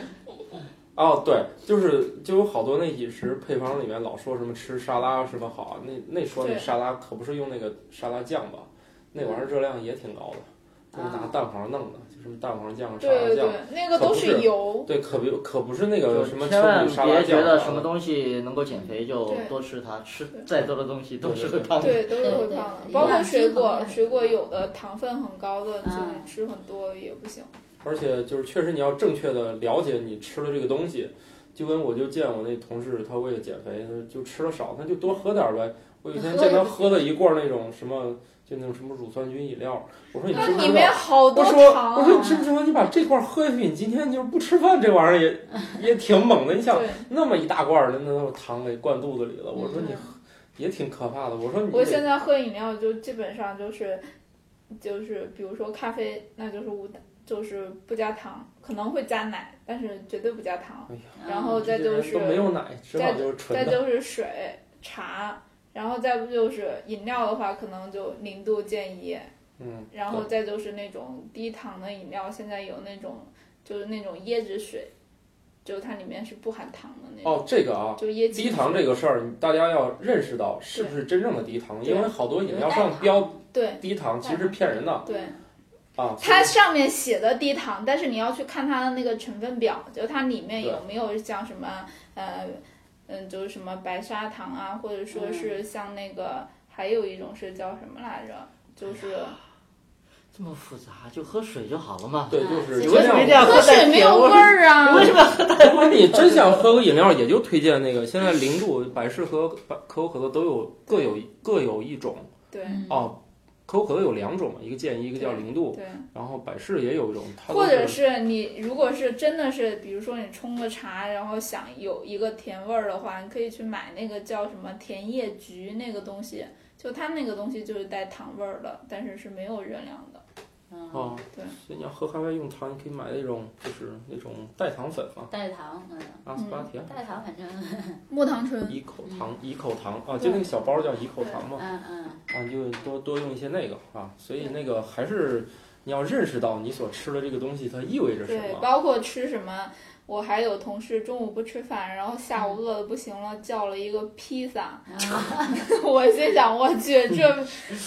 S9: 哦，对，就是就有好多那饮食配方里面老说什么吃沙拉什么好，啊那那说那
S8: 对
S9: 沙拉可不是用那个沙拉酱吧？那玩意儿热量也挺高的，就是拿
S11: 啊
S9: 蛋黄弄的，就什么蛋黄酱、沙拉
S8: 对
S9: 酱
S8: 对，，那个都是油。
S9: 对，可不可不是那个什么
S10: 千
S9: 秋
S10: 万
S9: 雨沙拉
S10: 别觉
S9: 酱
S10: 得
S9: 啊，
S10: 什么东西能够减肥就
S8: 对
S10: 多吃它，吃再多的东西都是会胖的。
S8: 对，都是会胖的，
S11: 对
S8: 包括水
S11: 营养均衡也
S8: 果，
S11: 很
S8: 水果有的糖分很高的，就是
S11: 嗯
S8: 吃很多也不行。
S9: 而且就是确实你要正确的了解你吃的这个东西，就跟我就见我那同事，他为了减肥，他就吃的少，他就多喝点儿呗。我有一天见他喝了一罐那种什么，就那种什么乳酸菌饮料，我说你
S8: 那
S9: 知不
S8: 里
S9: 知
S8: 面
S9: 道？
S8: 好
S9: 我
S8: 多
S9: 说
S8: 糖
S9: 我说
S8: 啊。
S9: 你知不知道？你把这罐喝下去，你今天就是不吃饭，这玩意儿也 也挺猛的。你想
S8: 对，
S9: 那么一大罐儿的那糖给灌肚子里了，我说你喝也挺可怕的。我说你
S8: 嗯我现在喝饮料就基本上就是，就是比如说咖啡，那就是无糖，就是不加糖，可能会加奶，但是绝对不加糖。然后
S9: 这
S8: 再哦就
S9: 人
S8: 是
S9: 都没有奶，只好就是
S8: 再
S9: 纯的。
S8: 就是水、茶，然后再不就是饮料的话，可能就零度建议，
S9: 嗯，
S8: 然后再就是那种低糖的饮料，现在有那种就是那种椰子水，就它里面是不含糖的那种，
S9: 哦，这个啊，
S8: 就椰子
S9: 低糖这个事儿，大家要认识到是不是真正的低糖，
S8: 对
S9: 因为好多饮料上标
S8: 对
S9: 低糖，其实是骗人的
S8: 对，
S9: 啊。
S8: 它上面写的低糖，但是你要去看它的那个成分表，就它里面有没有像什么呃嗯，就是什么白砂糖啊，或者说是像那个还有一种是叫什么来着，就是。
S10: 这么复杂，就喝水就好了嘛。
S9: 对，就是
S10: 你
S9: 尽
S10: 为什么一定
S9: 量。
S10: 要
S8: 喝水
S10: 带
S8: 没
S10: 甜
S8: 有
S10: 味
S8: 味
S10: 儿？
S8: 儿啊！
S10: 为什么？
S9: 如果你真想喝个饮料，也就推荐那个现在零度百事和百可口可乐都有各有各有一种
S8: 对
S11: 嗯
S9: 哦。可口可乐有两种，一个建议，一个叫零度，
S8: 嗯对，
S9: 然后百事也有一种，它都
S8: 或者是你如果是真的是，比如说你冲个茶，然后想有一个甜味儿的话，你可以去买那个叫什么甜叶菊那个东西，就它那个东西就是带糖味儿的，但是是没有热量的。
S11: 嗯
S9: 哦，
S8: 对
S9: 所以你要喝咖啡用糖，你可以买那种就是那种代糖粉嘛，
S11: 代糖，嗯，
S9: 阿斯巴甜，
S11: 代糖反正，嗯
S8: 木糖醇，
S9: 怡口
S8: 嗯
S9: 糖，怡口糖啊，就那个小包叫怡口糖嘛，
S11: 嗯嗯，
S9: 啊，你就多多用一些那个啊，所以那个还是你要认识到你所吃的这个东西它意味着什
S8: 对，
S9: 么。
S8: 包括吃什么。我还有同事中午不吃饭，然后下午饿的不行了，叫了一个披萨。 我心想，我去， 这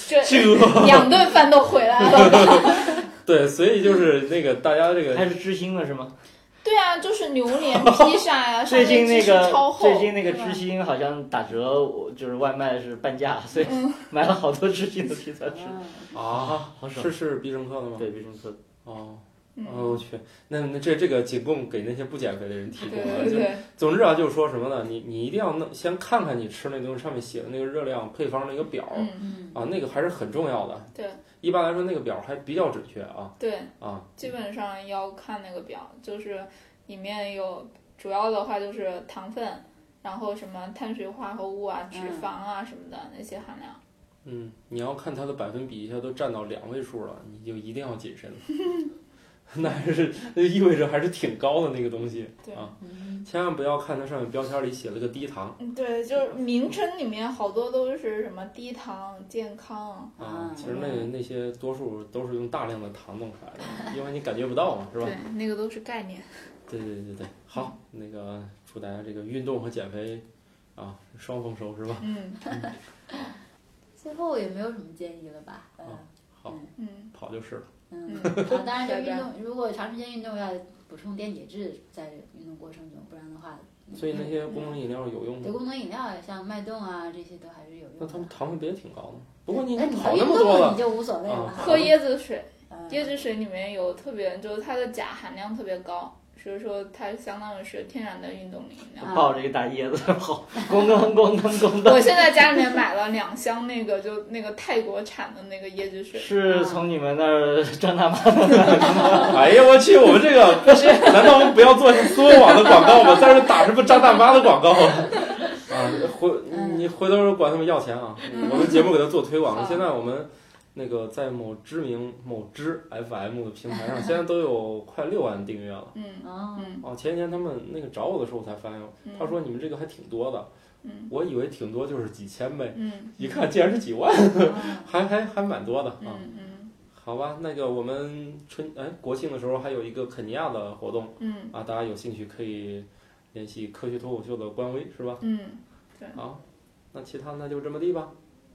S8: 这
S9: 这
S8: 两顿饭都回来了。
S9: 对，所以就是那个大家这个
S10: 还是知心了是吗？
S8: 对啊，就是榴 莲披萨呀、上
S10: 最
S8: 面
S10: 近那
S8: 芝士超
S10: 个
S8: 厚
S10: 最近那个
S8: 对吧
S10: 知心好像打折，我就是外卖是半价，所以
S8: 嗯
S10: 买了好多知心的披萨吃，
S11: 嗯
S9: 啊，
S10: 好爽
S9: 是。是必胜客的吗？
S10: 对，必胜客
S9: 哦，
S8: 嗯
S9: 哦，我去，那那这这个仅供给那些不减肥的人提供
S8: 对
S9: 了。
S8: 对
S9: 就
S8: 对，
S9: 总之啊，就是说什么呢？你你一定要弄，先看看你吃那东西上面写的那个热量配方那个表、
S8: 嗯，
S11: 嗯，
S9: 啊，那个还是很重要的。
S8: 对，
S9: 一般来说那个表还比较准确啊
S8: 对，
S10: 哦
S9: 啊，
S8: 基本上要看那个表，就是里面有主要的话就是糖分，然后什么碳水化合物啊、脂
S11: 嗯
S8: 肪啊什么的那些含量。
S9: 嗯，你要看它的百分比一下都占到两位数了，你就一定要谨慎了。 那还是那意味着还是挺高的那个东西
S8: 对
S9: 啊，千万不要看它上面标签里写了个低糖
S8: 嗯，对，就是名称里面好多都是什么低糖、健康，
S9: 啊
S11: 啊，
S9: 其实那那些多数都是用大量的糖弄出来 的，因为你感觉不到嘛，是吧？，
S8: 那个都是概念。
S9: 对对对对，好，那个祝大家这个运动和减肥啊双丰收是吧？
S8: 嗯
S11: 最后也没有什么建议了吧？嗯
S9: 啊
S8: 嗯
S9: 跑就是了。
S11: 嗯，
S8: 嗯，
S11: 啊当然就
S8: 拜拜
S11: 运动，如果长时间运动要补充电解质在运动过程中，不然的话，嗯
S9: 所以那些功能饮料有用
S11: 对
S9: 吗？
S11: 功能饮料像脉动啊这些都还是有用
S9: 那
S11: 的。
S9: 他们糖分不也挺高的吗？不过你已
S11: 哎
S9: 经
S11: 你
S9: 跑
S11: 运
S9: 那么
S11: 动
S9: 多
S11: 了你
S9: 了，
S11: 就无所谓了。
S9: 啊
S8: 喝椰子水，
S11: 嗯
S8: 椰子水里面有特别，就是它的钾含量特别高，所以说它相当于是天然的运动饮料。
S10: 抱着一个大椰子，好， 咣当咣当 咣当。
S8: 我现在家里面买了两箱那个，就那个泰国产的那个椰子水，
S10: 是从你们那儿 张大妈
S9: 哎呀我去，我们 这个不是？难道我们不要做苏有网的广告吗？在这打什么张大妈的 广告啊？啊，回
S11: 嗯
S9: 你回头管他们要钱啊！我们节目给他做推广了。
S8: 嗯好
S9: 现在我们那个在某知名某知 FM 的平 台上，现在都有快六万订阅了。
S8: 嗯
S11: 哦，
S8: 嗯
S9: 哦，前几天他们那个找我的时候，我才发现，
S8: 嗯，
S9: 他说你们这个还挺多的，
S8: 嗯
S9: 我以为挺多就是几千呗，
S8: 嗯
S9: 一看竟然是几万，
S11: 哦
S9: 还还还蛮多的
S8: 嗯
S9: 啊。
S8: 嗯
S9: 好吧，那个我们春哎国庆的时候还有一个肯尼亚的活动
S8: 嗯
S9: 啊，大家有兴趣可以联系科学脱口秀的官微是吧？
S8: 嗯
S9: 好，那其他那就这么地吧，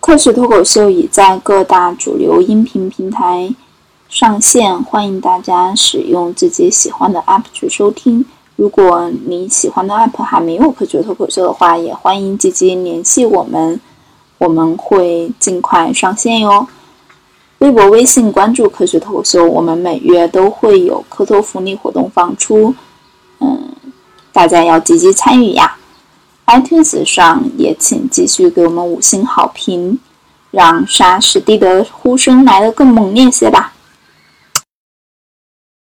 S1: 科学脱口秀已在各大主流音频平台上线，欢迎大家使用自己喜欢的 app 去收听。如果你喜欢的 app 还没有科学脱口秀的话，也欢迎积极联系我们，我们会尽快上线哟。微博、微信关注科学脱口秀，我们每月都会有科托福利活动放出，嗯，大家要积极参与呀。iTunes 上也请继续给我们五星好评，让沙士蒂的呼声来得更猛烈些吧。